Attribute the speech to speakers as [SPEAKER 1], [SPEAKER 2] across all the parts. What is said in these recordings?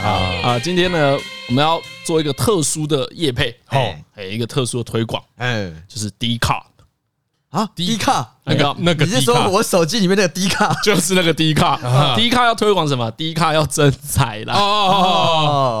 [SPEAKER 1] 啊，今天呢，我们要做一个特殊的业配哦
[SPEAKER 2] 哎，
[SPEAKER 1] 哎，一个特殊的推广，
[SPEAKER 2] 哎
[SPEAKER 1] 就是 D 卡哎
[SPEAKER 2] 啊，低卡，哎
[SPEAKER 1] 那个那个
[SPEAKER 2] 你是
[SPEAKER 1] D
[SPEAKER 2] 说
[SPEAKER 1] 卡，
[SPEAKER 2] 我手机里面那个低卡？
[SPEAKER 1] 就是那个 D 卡，D 啊卡要推广什么？D 卡要增财啦。
[SPEAKER 3] 哦，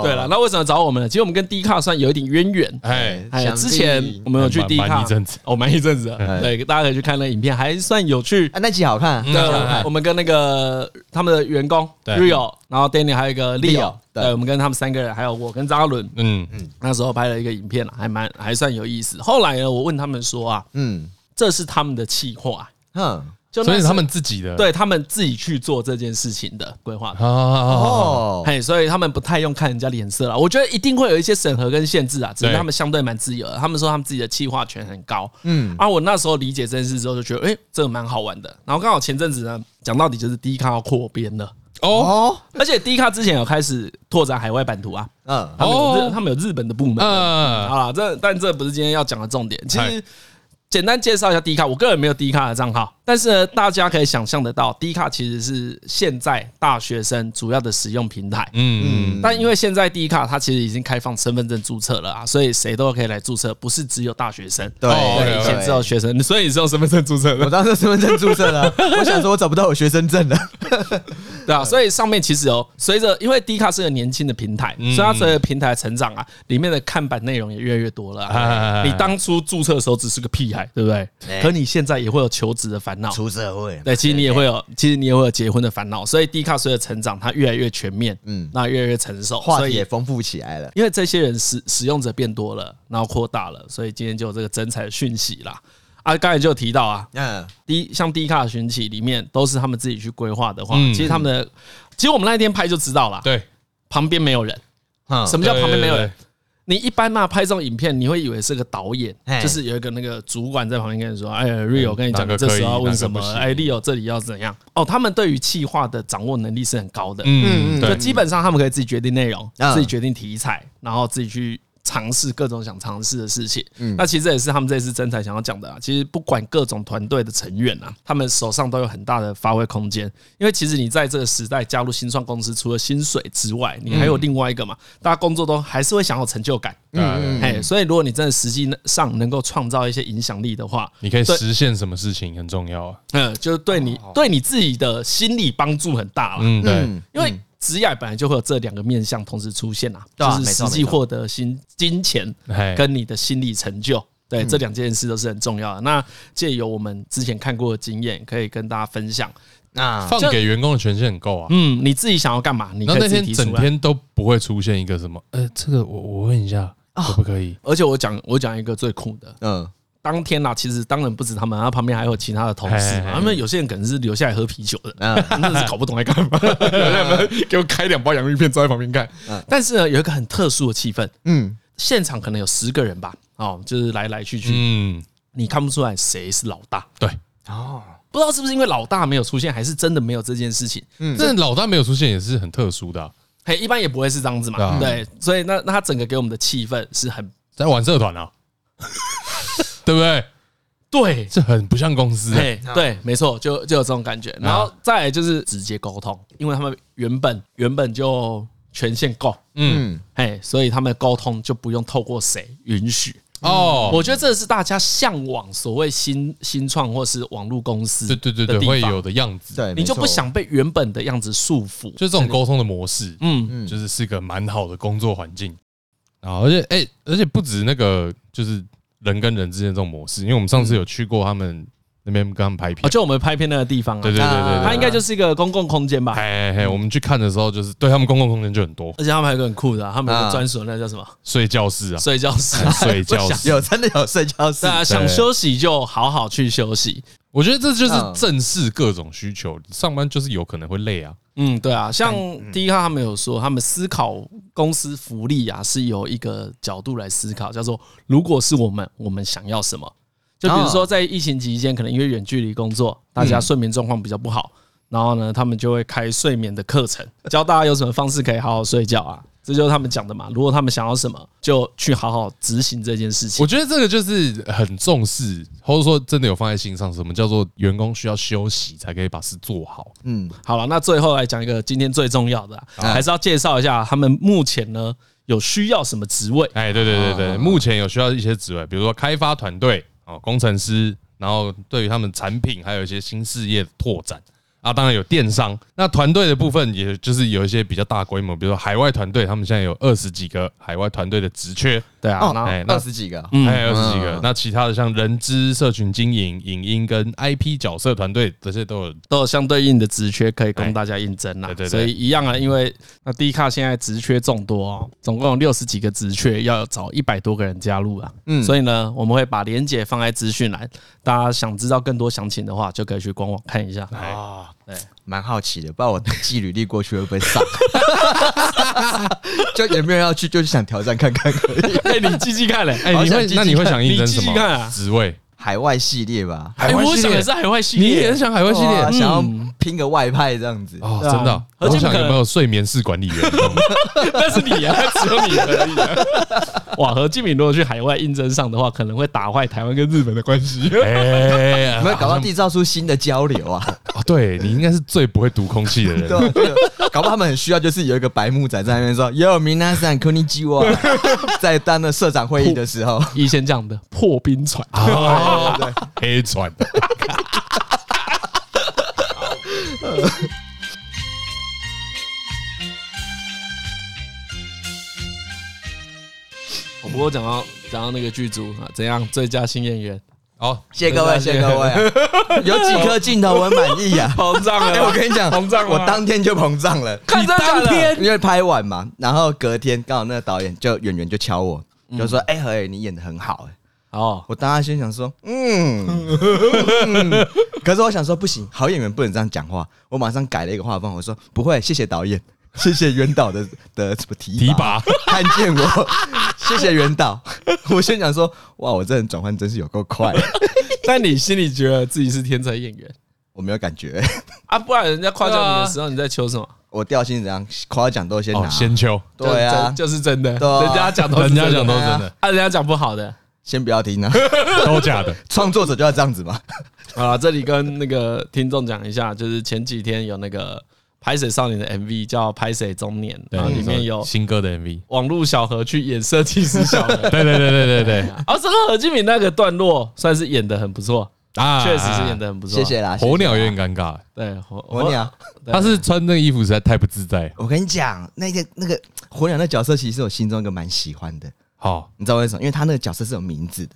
[SPEAKER 2] 哦
[SPEAKER 1] 对了，，那为什么找我们呢？其实我们跟 D 卡算有一点渊源。
[SPEAKER 3] 哎，
[SPEAKER 1] 哎，
[SPEAKER 2] 想必
[SPEAKER 1] 之前我们有去
[SPEAKER 3] 蛮
[SPEAKER 1] D 卡
[SPEAKER 3] 蛮一阵子，
[SPEAKER 1] 哦，蛮一阵子了。
[SPEAKER 2] 哎
[SPEAKER 1] 对，大家可以去看那个影片，还算有趣。
[SPEAKER 2] 啊，那集好看，
[SPEAKER 3] 那集好
[SPEAKER 1] 对，
[SPEAKER 3] 看
[SPEAKER 1] 我们跟那个他们的员工
[SPEAKER 3] 对
[SPEAKER 1] Rio，然后 Danny 还有一个 Leo，
[SPEAKER 2] Leo，对
[SPEAKER 1] 对，我们跟他们三个人，还有我跟张阿伦，
[SPEAKER 3] 嗯，
[SPEAKER 1] 那时候拍了一个影片啦，啊还蛮还算有意思。后来呢，我问他们说啊，
[SPEAKER 2] 嗯
[SPEAKER 1] 这是他们的企划，
[SPEAKER 2] 哼，
[SPEAKER 1] 就那
[SPEAKER 3] 所以是他们自己的，啊
[SPEAKER 1] 对他们自己去做这件事情的规划。
[SPEAKER 3] 哦，
[SPEAKER 2] 哦，
[SPEAKER 1] 嘿，所以他们不太用看人家脸色了。我觉得一定会有一些审核跟限制啊，只是
[SPEAKER 3] 对
[SPEAKER 1] 他们相对蛮自由的。他们说他们自己的企划权很高，
[SPEAKER 2] 嗯
[SPEAKER 1] 啊，我那时候理解这件事之后就觉得，哎、这个蛮好玩的。然后刚好前阵子呢，讲到底就是低咖要扩编了，
[SPEAKER 3] 哦，
[SPEAKER 2] 哦，
[SPEAKER 1] 而且低咖之前有开始拓展海外版图啊，
[SPEAKER 2] 嗯，
[SPEAKER 1] 他们有日、
[SPEAKER 3] 哦
[SPEAKER 1] 他们有日本的部门啊，
[SPEAKER 3] 嗯，
[SPEAKER 1] 好啦，这但这不是今天要讲的重点。其实
[SPEAKER 3] 嗨
[SPEAKER 1] 简单介绍一下 D 卡，我个人没有 D 卡的账号，但是呢，大家可以想象得到，D 卡其实是现在大学生主要的使用平台。
[SPEAKER 3] 嗯，
[SPEAKER 1] 但因为现在 D 卡它其实已经开放身份证注册了啊，所以谁都可以来注册，不是只有大学生。
[SPEAKER 2] 对
[SPEAKER 3] 哦
[SPEAKER 1] 对，以前只有学生， 所以你是用身份证注册
[SPEAKER 2] 我
[SPEAKER 1] 的，
[SPEAKER 2] 当时身份证注册 了，我想说我找不到我学生证了，
[SPEAKER 1] 对啊。所以上面其实有随着，因为 D 卡是个年轻的平台，所以它随着平台的成长啊，里面的看板内容也越来越多了啊、
[SPEAKER 3] 哎
[SPEAKER 1] 你当初注册的时候只是个屁孩，对不对？可你现在也会有求职的烦恼，
[SPEAKER 2] 出社会，
[SPEAKER 1] 对，其实你也会有，其实你也会有结婚的烦恼。所以 D 卡随着成长，它越来越全面，嗯
[SPEAKER 2] 嗯，
[SPEAKER 1] 那越来越成熟，
[SPEAKER 2] 话
[SPEAKER 1] 所
[SPEAKER 2] 题也
[SPEAKER 1] 以
[SPEAKER 2] 丰富起来了。
[SPEAKER 1] 因为这些人使使用者变多了，然后扩大了，所以今天就有这个真才的讯息啦。啊，刚才就有提到啊，
[SPEAKER 2] 嗯，
[SPEAKER 1] 低像低卡的群体里面都是他们自己去规划的话，
[SPEAKER 3] 嗯
[SPEAKER 1] 其实他们的，其实我们那一天拍就知道了，
[SPEAKER 3] 对，哦
[SPEAKER 1] 旁边没有人，什么叫旁边没有人？你一般嘛拍这种影片，你会以为是个导演，
[SPEAKER 2] 嘿
[SPEAKER 1] 就是有一个那个主管在旁边跟你说：“哎，Rio，我跟你讲，
[SPEAKER 3] 哪
[SPEAKER 1] 你
[SPEAKER 3] 个
[SPEAKER 1] 这时候要
[SPEAKER 3] 可以
[SPEAKER 1] 问什么
[SPEAKER 3] 嗯哪个？不行
[SPEAKER 1] 哎，Leo 这里要怎样？”哦，他们对于企划的掌握能力是很高的，
[SPEAKER 3] 嗯，
[SPEAKER 1] 就
[SPEAKER 3] 对，啊
[SPEAKER 1] 基本上他们可以自己决定内容，
[SPEAKER 2] 嗯
[SPEAKER 1] 自己决定题材，然后自己去尝试各种想尝试的事情。
[SPEAKER 3] 嗯
[SPEAKER 1] 那其实这也是他们这次真才想要讲的啊。其实不管各种团队的成员啊，他们手上都有很大的发挥空间，因为其实你在这个时代加入新创公司，除了薪水之外，你还有另外一个嘛，大家工作都还是会想要有成就感。
[SPEAKER 3] 嗯，
[SPEAKER 1] 哎，所以如果你真的实际上能够创造一些影响力的话，
[SPEAKER 3] 你可以
[SPEAKER 1] 对
[SPEAKER 3] 实现什么事情很重要啊，
[SPEAKER 1] 嗯，就是对你对你自己的心理帮助很大了。
[SPEAKER 3] 嗯，对，
[SPEAKER 1] 因为职业本来就会有这两个面向同时出现啊，
[SPEAKER 2] 对
[SPEAKER 1] 就
[SPEAKER 2] 啊
[SPEAKER 1] 是实际获得金金钱
[SPEAKER 3] 哎，
[SPEAKER 1] 跟你的心理成就。对，
[SPEAKER 3] 嗯
[SPEAKER 1] 这两件事都是很重要的。那借由我们之前看过的经验，可以跟大家分享。
[SPEAKER 2] 啊，
[SPEAKER 3] 放给员工的权限很够啊。
[SPEAKER 1] 嗯，你自己想要干嘛，你
[SPEAKER 3] 然
[SPEAKER 1] 可
[SPEAKER 3] 后
[SPEAKER 1] 以自
[SPEAKER 3] 那
[SPEAKER 1] 己
[SPEAKER 3] 天
[SPEAKER 1] 提
[SPEAKER 3] 整
[SPEAKER 1] 出来。
[SPEAKER 3] 天都不会出现一个什么，呃，这个我我问一下
[SPEAKER 1] 哦
[SPEAKER 3] 可不可以？
[SPEAKER 1] 而且我讲，我讲一个最酷的，
[SPEAKER 2] 嗯，
[SPEAKER 1] 当天啦，其实当然不止他们，他旁边还有其他的同事
[SPEAKER 3] 嘿嘿啊
[SPEAKER 1] 嘛。
[SPEAKER 3] 嘿
[SPEAKER 1] 他们有些人可能是留下来喝啤酒的，
[SPEAKER 2] 嗯
[SPEAKER 1] 真的是搞不懂在干嘛。 有些人给我开两包洋芋片，坐在旁边看。
[SPEAKER 3] 啊
[SPEAKER 1] 但是呢，有一个很特殊的气氛，
[SPEAKER 2] 嗯，
[SPEAKER 1] 现场可能有十个人吧，哦，就是来来去去，
[SPEAKER 3] 嗯，
[SPEAKER 1] 你看不出来谁是老大。
[SPEAKER 3] 对，
[SPEAKER 1] 不知道是不是因为老大没有出现，还是真的没有这件事情？
[SPEAKER 3] 这老大没有出现也是很特殊的啊，
[SPEAKER 1] 嘿，一般也不会是这样子
[SPEAKER 3] 对
[SPEAKER 1] 嘛。
[SPEAKER 3] 啊
[SPEAKER 1] 对，所以那那他整个给我们的气氛是很
[SPEAKER 3] 在玩社团啊， 对不对？
[SPEAKER 1] 对，
[SPEAKER 3] 这很不像公司啊，
[SPEAKER 1] 嘿，对，没错，就就有这种感
[SPEAKER 3] 嗯
[SPEAKER 1] 觉。然后再来就是直接沟通，因为他们原本原本就权限够，
[SPEAKER 3] 嗯，
[SPEAKER 1] 嘿，所以他们的沟通就不用透过谁允许。
[SPEAKER 3] 哦，
[SPEAKER 1] 我觉得这是大家向往所谓新新创或是网络公司
[SPEAKER 3] 对对对对，
[SPEAKER 1] 的地
[SPEAKER 3] 会
[SPEAKER 1] 方
[SPEAKER 3] 有的样子，
[SPEAKER 2] 对，
[SPEAKER 1] 你就
[SPEAKER 2] 没错
[SPEAKER 1] 不，想被原本的样子束缚。
[SPEAKER 3] 就这种沟通的模式，
[SPEAKER 1] 嗯，
[SPEAKER 2] 嗯
[SPEAKER 3] 就是是个蛮好的工作环境啊，而且哎、而且不止那个，就是人跟人之间这种模式，因为我们上
[SPEAKER 1] 嗯
[SPEAKER 3] 次有去过他们那边跟他们拍
[SPEAKER 1] 哦，
[SPEAKER 3] 片，
[SPEAKER 1] 就我们拍片那个地方啊，
[SPEAKER 3] 对对对对对，
[SPEAKER 1] 它应该嗯就是一个公共空间吧。
[SPEAKER 3] 哎嘿，我们去看的时候，就是对他们公共空间就很多，
[SPEAKER 1] 而且他们还有一个很酷的啊、他们有个
[SPEAKER 2] 啊
[SPEAKER 1] 专属的那叫什 么
[SPEAKER 3] 睡觉室啊，
[SPEAKER 1] 睡觉室，
[SPEAKER 3] 睡觉 室，
[SPEAKER 2] 有真的有睡觉室
[SPEAKER 1] 大，家啊想休息就好好去休息。
[SPEAKER 3] 我觉得这就是
[SPEAKER 2] 嗯
[SPEAKER 3] 正视各种需求，上班就是有可能会累啊，
[SPEAKER 1] 嗯，对啊，像第一咖他们有说，他们思考公司福利啊，是由一个角度来思考，叫做如果是我们，我们想要什么？就比如说在疫情期间，可能因为远距离工作，大家睡眠状况比较 不好，然后呢，他们就会开睡眠的课程，教大家有什么方式可以好好睡觉啊，这就是他们讲的嘛。如果他们想要什么，就去好好执行这件事情
[SPEAKER 3] 我。觉得这个就是很重视，或者说真的有放在心上，什么叫做员工需要休息才可以把事做好？
[SPEAKER 2] 嗯，
[SPEAKER 1] 好了，那最后来讲一个今天最重要的啊、
[SPEAKER 2] 啊
[SPEAKER 1] 还是要介绍一下他们目前呢有需要什么职位。
[SPEAKER 3] 哎，对对对对，
[SPEAKER 2] 啊
[SPEAKER 3] 目前有需要一些职位，比如说开发团队哦，工程师，然后对于他们产品还有一些新事业的拓展啊，当然有电商。那团队的部分，也就是有一些比较大规模，比如说海外团队，他们现在有二十几个海外团队的职缺，
[SPEAKER 1] 对啊，
[SPEAKER 2] 哦
[SPEAKER 1] 然后
[SPEAKER 3] 哎那
[SPEAKER 2] 二十几个，
[SPEAKER 1] 嗯
[SPEAKER 3] 还有二十几个
[SPEAKER 2] 嗯。
[SPEAKER 3] 那其他的像人资、社群经营、影音跟 IP 角色团队，这些都有
[SPEAKER 1] 都有相对应的职缺可以供大家应征啦
[SPEAKER 3] 哎。对对
[SPEAKER 1] 所
[SPEAKER 3] 对
[SPEAKER 1] 以一样啊，因为那 D 卡现在职缺众多哦，总共有六十几个职缺，要找一百多个人加入啊。
[SPEAKER 2] 嗯
[SPEAKER 1] 所以呢，我们会把连结放在资讯栏，大家想知道更多详情的话，就可以去官网看一下。
[SPEAKER 2] 啊，
[SPEAKER 1] 对，
[SPEAKER 2] 蛮好奇的，不知道我寄履历过去会不会上， 就也没有要去，就是想挑战看看而已
[SPEAKER 1] 哎，你记记看嘞，
[SPEAKER 3] 哎、
[SPEAKER 2] 好
[SPEAKER 3] 你
[SPEAKER 2] 想
[SPEAKER 3] 会
[SPEAKER 2] 积极
[SPEAKER 3] 那你会
[SPEAKER 2] 看
[SPEAKER 3] 想应征什
[SPEAKER 1] 你积极看
[SPEAKER 3] 么
[SPEAKER 1] 啊
[SPEAKER 3] 职位？
[SPEAKER 2] 海外系列吧，
[SPEAKER 1] 哎，我想的是海外系
[SPEAKER 3] 你
[SPEAKER 1] 列，
[SPEAKER 3] 也想海外系列
[SPEAKER 2] 哇
[SPEAKER 3] 嗯
[SPEAKER 2] 想要拼个外派这样子，
[SPEAKER 3] 哦，
[SPEAKER 1] 对啊
[SPEAKER 3] 真的哦，
[SPEAKER 1] 而且
[SPEAKER 3] 我想
[SPEAKER 1] 可能
[SPEAKER 3] 有没有睡眠室管理员？
[SPEAKER 1] 那是你啊，只有你而已、 哇，何敬敏如果去海外应征上的话，可能会打坏台湾跟日本的关 系。
[SPEAKER 3] 哎，
[SPEAKER 2] 有没有搞
[SPEAKER 3] 好
[SPEAKER 2] 到
[SPEAKER 3] 像
[SPEAKER 2] 缔造出新的交流啊？
[SPEAKER 3] 哦，对你应该是最不会读空气的
[SPEAKER 2] 对
[SPEAKER 3] 人。
[SPEAKER 2] 啊， 对啊搞不好他们很需要，就是有一个白木仔在那边说 “Yo, minasan, k o n i j i w a 在当那社长会议的时候，
[SPEAKER 1] 以前讲的破冰船，
[SPEAKER 3] 哦，黑船。
[SPEAKER 1] 我哦不过讲到讲到那个剧组啊，怎样最佳新演 员！
[SPEAKER 3] 好，
[SPEAKER 2] 谢谢各位，谢谢各位啊、有几颗镜头我满意啊
[SPEAKER 1] 膨胀
[SPEAKER 2] 哎、我跟你讲，
[SPEAKER 1] 膨胀了
[SPEAKER 2] 我
[SPEAKER 1] 吗
[SPEAKER 2] 当天就膨胀了，
[SPEAKER 1] 看真的假的
[SPEAKER 2] 你因为拍完嘛，然后隔天刚好那个导演就演员就敲我，
[SPEAKER 1] 嗯
[SPEAKER 2] 就说：“哎、何伟，你演的很好、哎
[SPEAKER 1] 哦，
[SPEAKER 2] 我当时心想说：“嗯，嗯 可是我想说不行，好演员不能这样讲话。我马上改了一个画风，我说：“不会，谢谢导演， 谢谢袁导的的什么提
[SPEAKER 3] 提
[SPEAKER 2] 拔，
[SPEAKER 3] 拔。
[SPEAKER 2] 看见我， 谢谢袁导。”我心想说：“哇，我这人转换真是有够快，
[SPEAKER 1] 但你心里觉得自己是天才演员
[SPEAKER 2] 我没有感觉。
[SPEAKER 1] 啊，不然人家夸奖你的时候，你在求什么？
[SPEAKER 2] 我调性怎样，夸奖都先拿。
[SPEAKER 3] 哦，先秋，
[SPEAKER 2] 对啊，
[SPEAKER 1] 就就是真的，
[SPEAKER 2] 对啊
[SPEAKER 1] 人家讲都是
[SPEAKER 3] 人
[SPEAKER 1] 真
[SPEAKER 3] 家讲
[SPEAKER 1] 的，
[SPEAKER 3] 都是真的，
[SPEAKER 1] 啊，人家讲不好的。
[SPEAKER 2] 先不要听啊，
[SPEAKER 3] 都假的。
[SPEAKER 2] 创作者就要这样子嘛。
[SPEAKER 1] 啊，这里跟那个听众讲一下，就是前几天有那个拍水少年的 MV 叫《拍水中年》，然后里面有
[SPEAKER 3] 新歌的 MV。
[SPEAKER 1] 网络小何去演设计师小 何。
[SPEAKER 3] 对对对对对对
[SPEAKER 1] 哦，这个何敬敏那个段落算是演的很不错，
[SPEAKER 3] 啊
[SPEAKER 1] 确实是演。的很不错。
[SPEAKER 2] 谢谢啦，谢谢
[SPEAKER 3] 火鸟有点尴尬，
[SPEAKER 1] 对，火
[SPEAKER 2] 火鸟。”
[SPEAKER 1] 对
[SPEAKER 3] 他是穿那个衣服实在太不自在。
[SPEAKER 2] 我跟你讲，那个那个火鸟那角色，其实我心中一个蛮喜欢的，
[SPEAKER 3] 好
[SPEAKER 2] 你知道为什么？因为他那个角色是有名字的。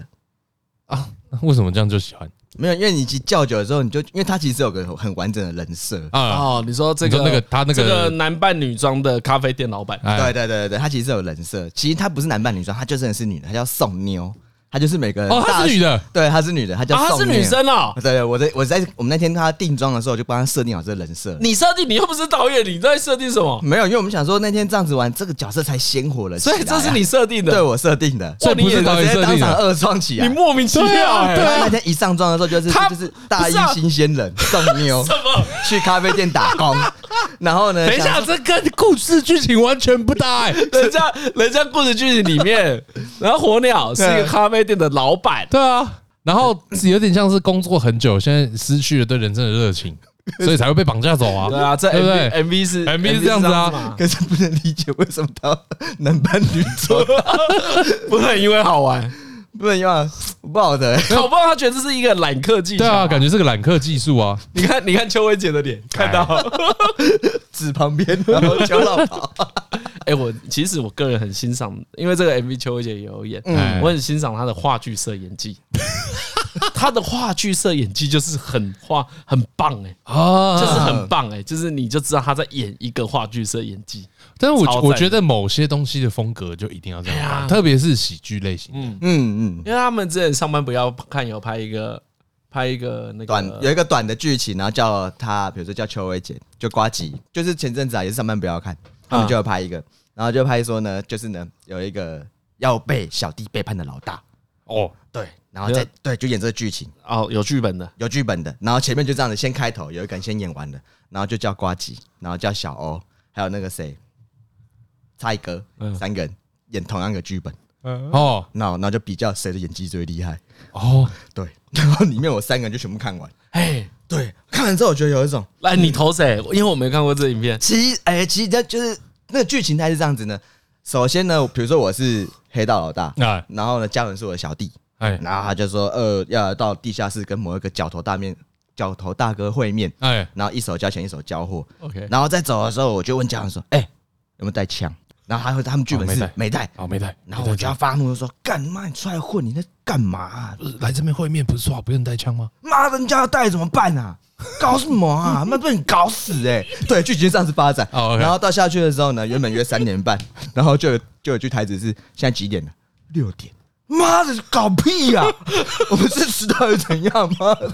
[SPEAKER 3] 啊，为什么这样就喜欢
[SPEAKER 2] 没有，因为你其实叫久了之后，你就因为他其实有个很完整的人设。
[SPEAKER 3] 啊？
[SPEAKER 1] 哦，你说这个
[SPEAKER 3] 你说那个他那个
[SPEAKER 1] 这个男扮女装的咖啡店老板，
[SPEAKER 3] 哎
[SPEAKER 2] 对对对对对，他其实有人设，其实他不是男扮女装，他就真的是女的，他叫宋妞，他就是每个人
[SPEAKER 3] 哦，她
[SPEAKER 2] 大
[SPEAKER 3] 是女，的
[SPEAKER 2] 对，她是女的，她叫
[SPEAKER 1] 啊，她
[SPEAKER 2] 宋
[SPEAKER 1] 是
[SPEAKER 2] 妞
[SPEAKER 1] 女。生哦。
[SPEAKER 2] 对对，我在我在我们那天他定妆的时候，我就帮他设定好这个人设。
[SPEAKER 1] 你设定，你又不是导演，你在设定什么？
[SPEAKER 2] 没有，因为我们想说那天这样子玩，这个角色才鲜活了起
[SPEAKER 1] 所
[SPEAKER 2] 来啊。
[SPEAKER 1] 以这是你设定
[SPEAKER 2] 对
[SPEAKER 1] 的，哦
[SPEAKER 2] 我设定的，
[SPEAKER 3] 所以不是
[SPEAKER 2] 我
[SPEAKER 3] 导
[SPEAKER 2] 直
[SPEAKER 3] 演
[SPEAKER 2] 接
[SPEAKER 3] 设
[SPEAKER 2] 当
[SPEAKER 3] 定
[SPEAKER 2] 场
[SPEAKER 3] 的。
[SPEAKER 2] 二创起来。
[SPEAKER 1] 你莫名其妙哎。
[SPEAKER 2] 然后那天一上妆的时候，就是
[SPEAKER 1] 他
[SPEAKER 2] 就是大
[SPEAKER 1] 不是啊
[SPEAKER 2] 一新鲜人宋 妞
[SPEAKER 1] 什么？
[SPEAKER 2] 去咖啡店打工，然后呢，
[SPEAKER 3] 等一
[SPEAKER 2] 想
[SPEAKER 3] 下，这跟故事剧情完全不搭哎。
[SPEAKER 1] 人家人家故事剧情里 面，然后火鸟是一个咖啡店的老板，
[SPEAKER 3] 对啊，然后有点像是工作很久，现在失去了对人生的热情，所以才会被绑架走啊。
[SPEAKER 1] 对啊，这
[SPEAKER 3] 对不
[SPEAKER 1] MV
[SPEAKER 3] 对
[SPEAKER 1] MV 是
[SPEAKER 3] MV 是这样子啊
[SPEAKER 1] 嘛
[SPEAKER 2] 可是不能理解为什么他要男扮女 装，
[SPEAKER 1] 不能因为好 玩，
[SPEAKER 2] 不能用啊，我不好的、
[SPEAKER 1] 搞不好他觉得这是一个揽客技巧。
[SPEAKER 3] 啊对啊，感觉是个揽客技术啊。
[SPEAKER 1] 你看，你看邱薇姐的脸，看到？
[SPEAKER 3] 哎
[SPEAKER 2] 指旁边，然后敲到跑。
[SPEAKER 1] 哎，我其实我个人很欣赏，因为这个 MV 邱薇姐也有演，
[SPEAKER 3] 嗯
[SPEAKER 1] 我很欣赏她的话剧社演技。她的话剧社演技就是很话很棒哎、
[SPEAKER 3] 啊，
[SPEAKER 1] 就是很棒哎、就是你就知道她在演一个话剧社演技。
[SPEAKER 3] 但是
[SPEAKER 1] 超
[SPEAKER 3] 我
[SPEAKER 1] 赞
[SPEAKER 3] 我觉得某些东西的风格就一定要这样
[SPEAKER 1] 对啊
[SPEAKER 3] 拍，特别是喜剧类型的。
[SPEAKER 2] 嗯嗯，
[SPEAKER 1] 因为他们之前上班不要看有拍一个拍一个那个
[SPEAKER 2] 短有一个短的剧情，然后叫他，比如说叫邱薇姐，就瓜吉，就是前阵子啊，也是上班不要看，他们就有拍一个，然后就拍说呢，就是呢有一个要被小弟背叛的老大，
[SPEAKER 3] 哦，
[SPEAKER 2] 对，然后再对就演这个剧情，
[SPEAKER 1] 哦有剧本的
[SPEAKER 2] 有剧本的，然后前面就这样子，先开头有一个人先演完了，然后就叫瓜吉，然后叫小欧，还有那个谁，差一格，三个人演同样的剧本，
[SPEAKER 3] 哦
[SPEAKER 2] 那然后就比较谁的演技最厉害。
[SPEAKER 3] 哦，
[SPEAKER 2] 对， 然后里面我三个人就全部看完。
[SPEAKER 1] 哎，
[SPEAKER 2] 对，看完之后我觉得有一种
[SPEAKER 1] 来你投谁？因为我没看过这影 片。
[SPEAKER 2] 其哎、其实它就是那个剧情它是这样子呢。首先呢，比如说我是黑道老大，
[SPEAKER 3] 哎
[SPEAKER 2] 然后呢，嘉文是我的小弟，
[SPEAKER 3] 哎
[SPEAKER 2] 然后他就说，呃，要到地下室跟某一个角头大面角头大哥会面，
[SPEAKER 3] 哎
[SPEAKER 2] 然后一手交钱一手交货，
[SPEAKER 1] OK，
[SPEAKER 2] 然后再走的时候，我就问嘉文说，哎、有没有带枪？然后他会他们剧本
[SPEAKER 3] 哦没
[SPEAKER 2] 是
[SPEAKER 3] 带
[SPEAKER 2] 没带，
[SPEAKER 3] 好没带，
[SPEAKER 2] 然后我就要发怒地说，干妈你出来混，你在干嘛啊、
[SPEAKER 3] 来这边会面不是说好不用带枪吗？
[SPEAKER 2] 妈，人家要带怎么办 啊？搞什么啊？妈被你搞死哎、对，剧情这样子发展。
[SPEAKER 3] 哦，OK
[SPEAKER 2] 然后到下去的时候呢，原本约三点 半，然后就有就有句台词是：现在几点了？六点。妈的，搞屁啊呀、 我们是迟到又怎样？妈 的！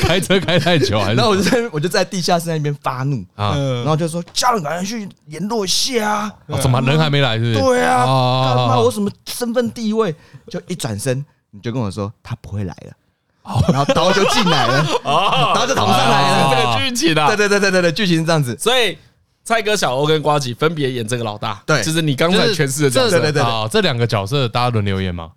[SPEAKER 3] 开车开太久还是
[SPEAKER 2] 然后我就在我就在地下室那边发怒，
[SPEAKER 3] 啊？
[SPEAKER 2] 然后就说：家人赶快去联络一下啊！
[SPEAKER 3] 哦怎么人还没来？是不是？
[SPEAKER 2] 对啊，干嘛我
[SPEAKER 3] 哦
[SPEAKER 2] 什么身份地位？就一转身，你就跟我说他不会来了，然后刀就进来了，
[SPEAKER 1] 哦，
[SPEAKER 2] 然后就捅上来了。
[SPEAKER 1] 这个剧情啊，
[SPEAKER 2] 对对对对对对，剧情是这样子。
[SPEAKER 1] 所以蔡哥、小欧跟瓜吉分别演这个老大，
[SPEAKER 2] 对
[SPEAKER 1] 就是你刚才诠释的这
[SPEAKER 3] 这
[SPEAKER 1] 样子。
[SPEAKER 2] 对对对对
[SPEAKER 3] 啊，这两个角色大家轮流演吗？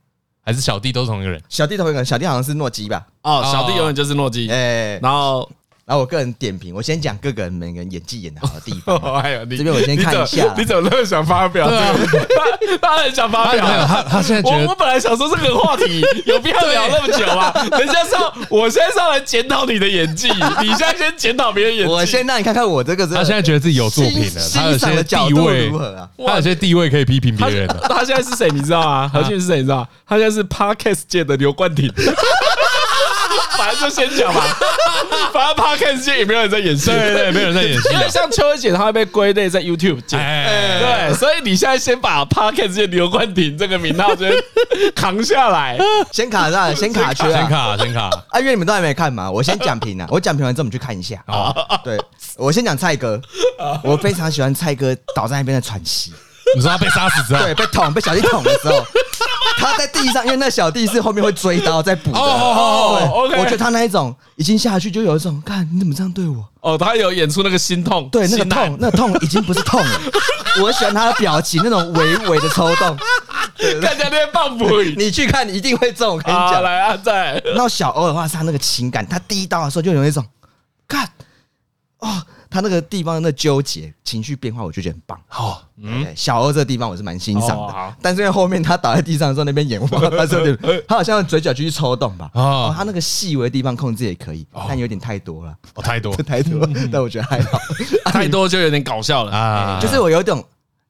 [SPEAKER 3] 还是小弟都是同一个人？
[SPEAKER 2] 小弟同一个人，小弟好像是诺基吧？
[SPEAKER 1] 哦，小弟永远就是诺基，
[SPEAKER 2] 哎、
[SPEAKER 1] 然后
[SPEAKER 2] 然后我个人点评，我先讲各个人每个人演技演的好的地方。
[SPEAKER 1] 哎呦，你
[SPEAKER 2] 这边我先看一下
[SPEAKER 1] 你怎么你怎么那么想发表？
[SPEAKER 3] 对啊
[SPEAKER 1] 他他很想发表。
[SPEAKER 3] 他现在
[SPEAKER 1] 我我本来想说这个话题有必要聊那么久吗？人家是要，我现在是要来检讨你的演技，你现在先检讨别人演技。
[SPEAKER 2] 我先让你看看我这个
[SPEAKER 3] 他现在觉得自己有作品
[SPEAKER 2] 欣
[SPEAKER 3] 了，他有
[SPEAKER 2] 欣赏
[SPEAKER 3] 些
[SPEAKER 2] 的角
[SPEAKER 3] 地
[SPEAKER 2] 度
[SPEAKER 3] 位
[SPEAKER 2] 如何啊，
[SPEAKER 3] 他有些地位可以批评别
[SPEAKER 1] 他
[SPEAKER 3] 人的。
[SPEAKER 1] 他现在是谁？你知道吗？何俊是谁？你知道吗？他现在是 Podcast 界的刘冠廷。 反正就先讲吧，反正 Podcast 界也没有人在演戏，
[SPEAKER 3] 对对，没有人在演戏
[SPEAKER 1] 因为
[SPEAKER 3] 啊。
[SPEAKER 1] 像秋叶姐，她会被归类在 YouTube 界。
[SPEAKER 3] 哎，
[SPEAKER 1] 对，所以你现在先把 Podcast 界刘冠廷这个名号先扛下 来。
[SPEAKER 2] 先卡上，先卡缺
[SPEAKER 3] 先
[SPEAKER 2] 啊。
[SPEAKER 3] 卡先卡，
[SPEAKER 2] 啊，因为你们都还没看嘛，我先讲评 啊，我讲评完之后我们去看一下。
[SPEAKER 3] 哦
[SPEAKER 2] 啊，对，我先讲蔡哥，
[SPEAKER 1] 啊
[SPEAKER 2] 我非常喜欢蔡哥倒在那边的喘息，
[SPEAKER 3] 你说他被杀死之后，
[SPEAKER 2] 对，被捅被小弟捅的时候，他在地上，因为那小弟是后面会追刀在补的，
[SPEAKER 1] 哦
[SPEAKER 2] 对，
[SPEAKER 1] ，OK
[SPEAKER 2] 我觉得他那一种已经下去就有一种，看你怎么这样对我，
[SPEAKER 1] 哦，他有演出那个心痛，
[SPEAKER 2] 对，那个
[SPEAKER 1] 心难
[SPEAKER 2] 痛，，那个痛已经不是 痛了。我喜欢他的表情，那种微微的抽动。
[SPEAKER 1] 看起来那边放不赢。
[SPEAKER 2] 你去看，你一定会中。我 跟你
[SPEAKER 1] 啊，
[SPEAKER 2] 讲，
[SPEAKER 1] 来啊， 再
[SPEAKER 2] 然后小欧的话是他那个情感，他第一刀的时候就有一种，看，哦，他那个地方的那纠结、情绪变化，我就觉得很棒。
[SPEAKER 3] 好，
[SPEAKER 2] 嗯，小欧这个地方我是蛮欣赏
[SPEAKER 1] 哦
[SPEAKER 2] 的
[SPEAKER 1] 好，
[SPEAKER 2] 但是因为后面他倒在地上的时候，那边眼花，他说对他好像用嘴角继续抽动吧。
[SPEAKER 3] 哦
[SPEAKER 2] 哦，他那个细微的地方控制也可以，但有点太多了，
[SPEAKER 3] 哦，太多
[SPEAKER 2] 太多了，但我觉得还好。
[SPEAKER 1] 太多就有点搞笑了。
[SPEAKER 3] 啊，
[SPEAKER 2] 就是我有一种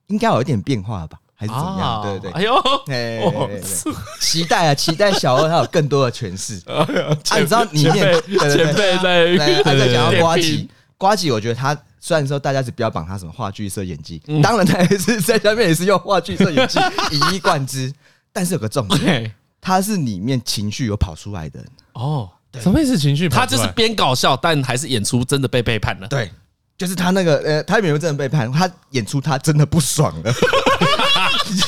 [SPEAKER 2] 应该有一点变化吧，还是怎么
[SPEAKER 1] 啊
[SPEAKER 2] 样？对对
[SPEAKER 1] 哎
[SPEAKER 2] 对。
[SPEAKER 1] 呦，
[SPEAKER 2] 哎
[SPEAKER 1] 哦
[SPEAKER 2] 对对对
[SPEAKER 1] 是
[SPEAKER 2] 期待啊，期待小欧他有更多的诠释。
[SPEAKER 1] 哎呦
[SPEAKER 2] 啊，你知道里
[SPEAKER 1] 前
[SPEAKER 2] 面
[SPEAKER 1] 辈前辈
[SPEAKER 2] 对对对
[SPEAKER 1] 在
[SPEAKER 2] 还在啊讲到瓜
[SPEAKER 1] 点
[SPEAKER 2] 吉
[SPEAKER 1] 评，
[SPEAKER 2] 瓜吉，我觉得他虽然说大家是标榜他什么话剧社演技，当然他也是在下面也是用话剧社 演技以一贯之，但是有个重点，
[SPEAKER 1] 对
[SPEAKER 2] 他是里面情绪有跑出来的人，
[SPEAKER 1] 哦，
[SPEAKER 3] 什么意思？情绪跑出
[SPEAKER 1] 他
[SPEAKER 3] 来
[SPEAKER 1] 就是边搞笑，但还是演出真的被背叛了。
[SPEAKER 2] 对。就是他那个呃，他有没有真的背叛？他演出他真的不爽了，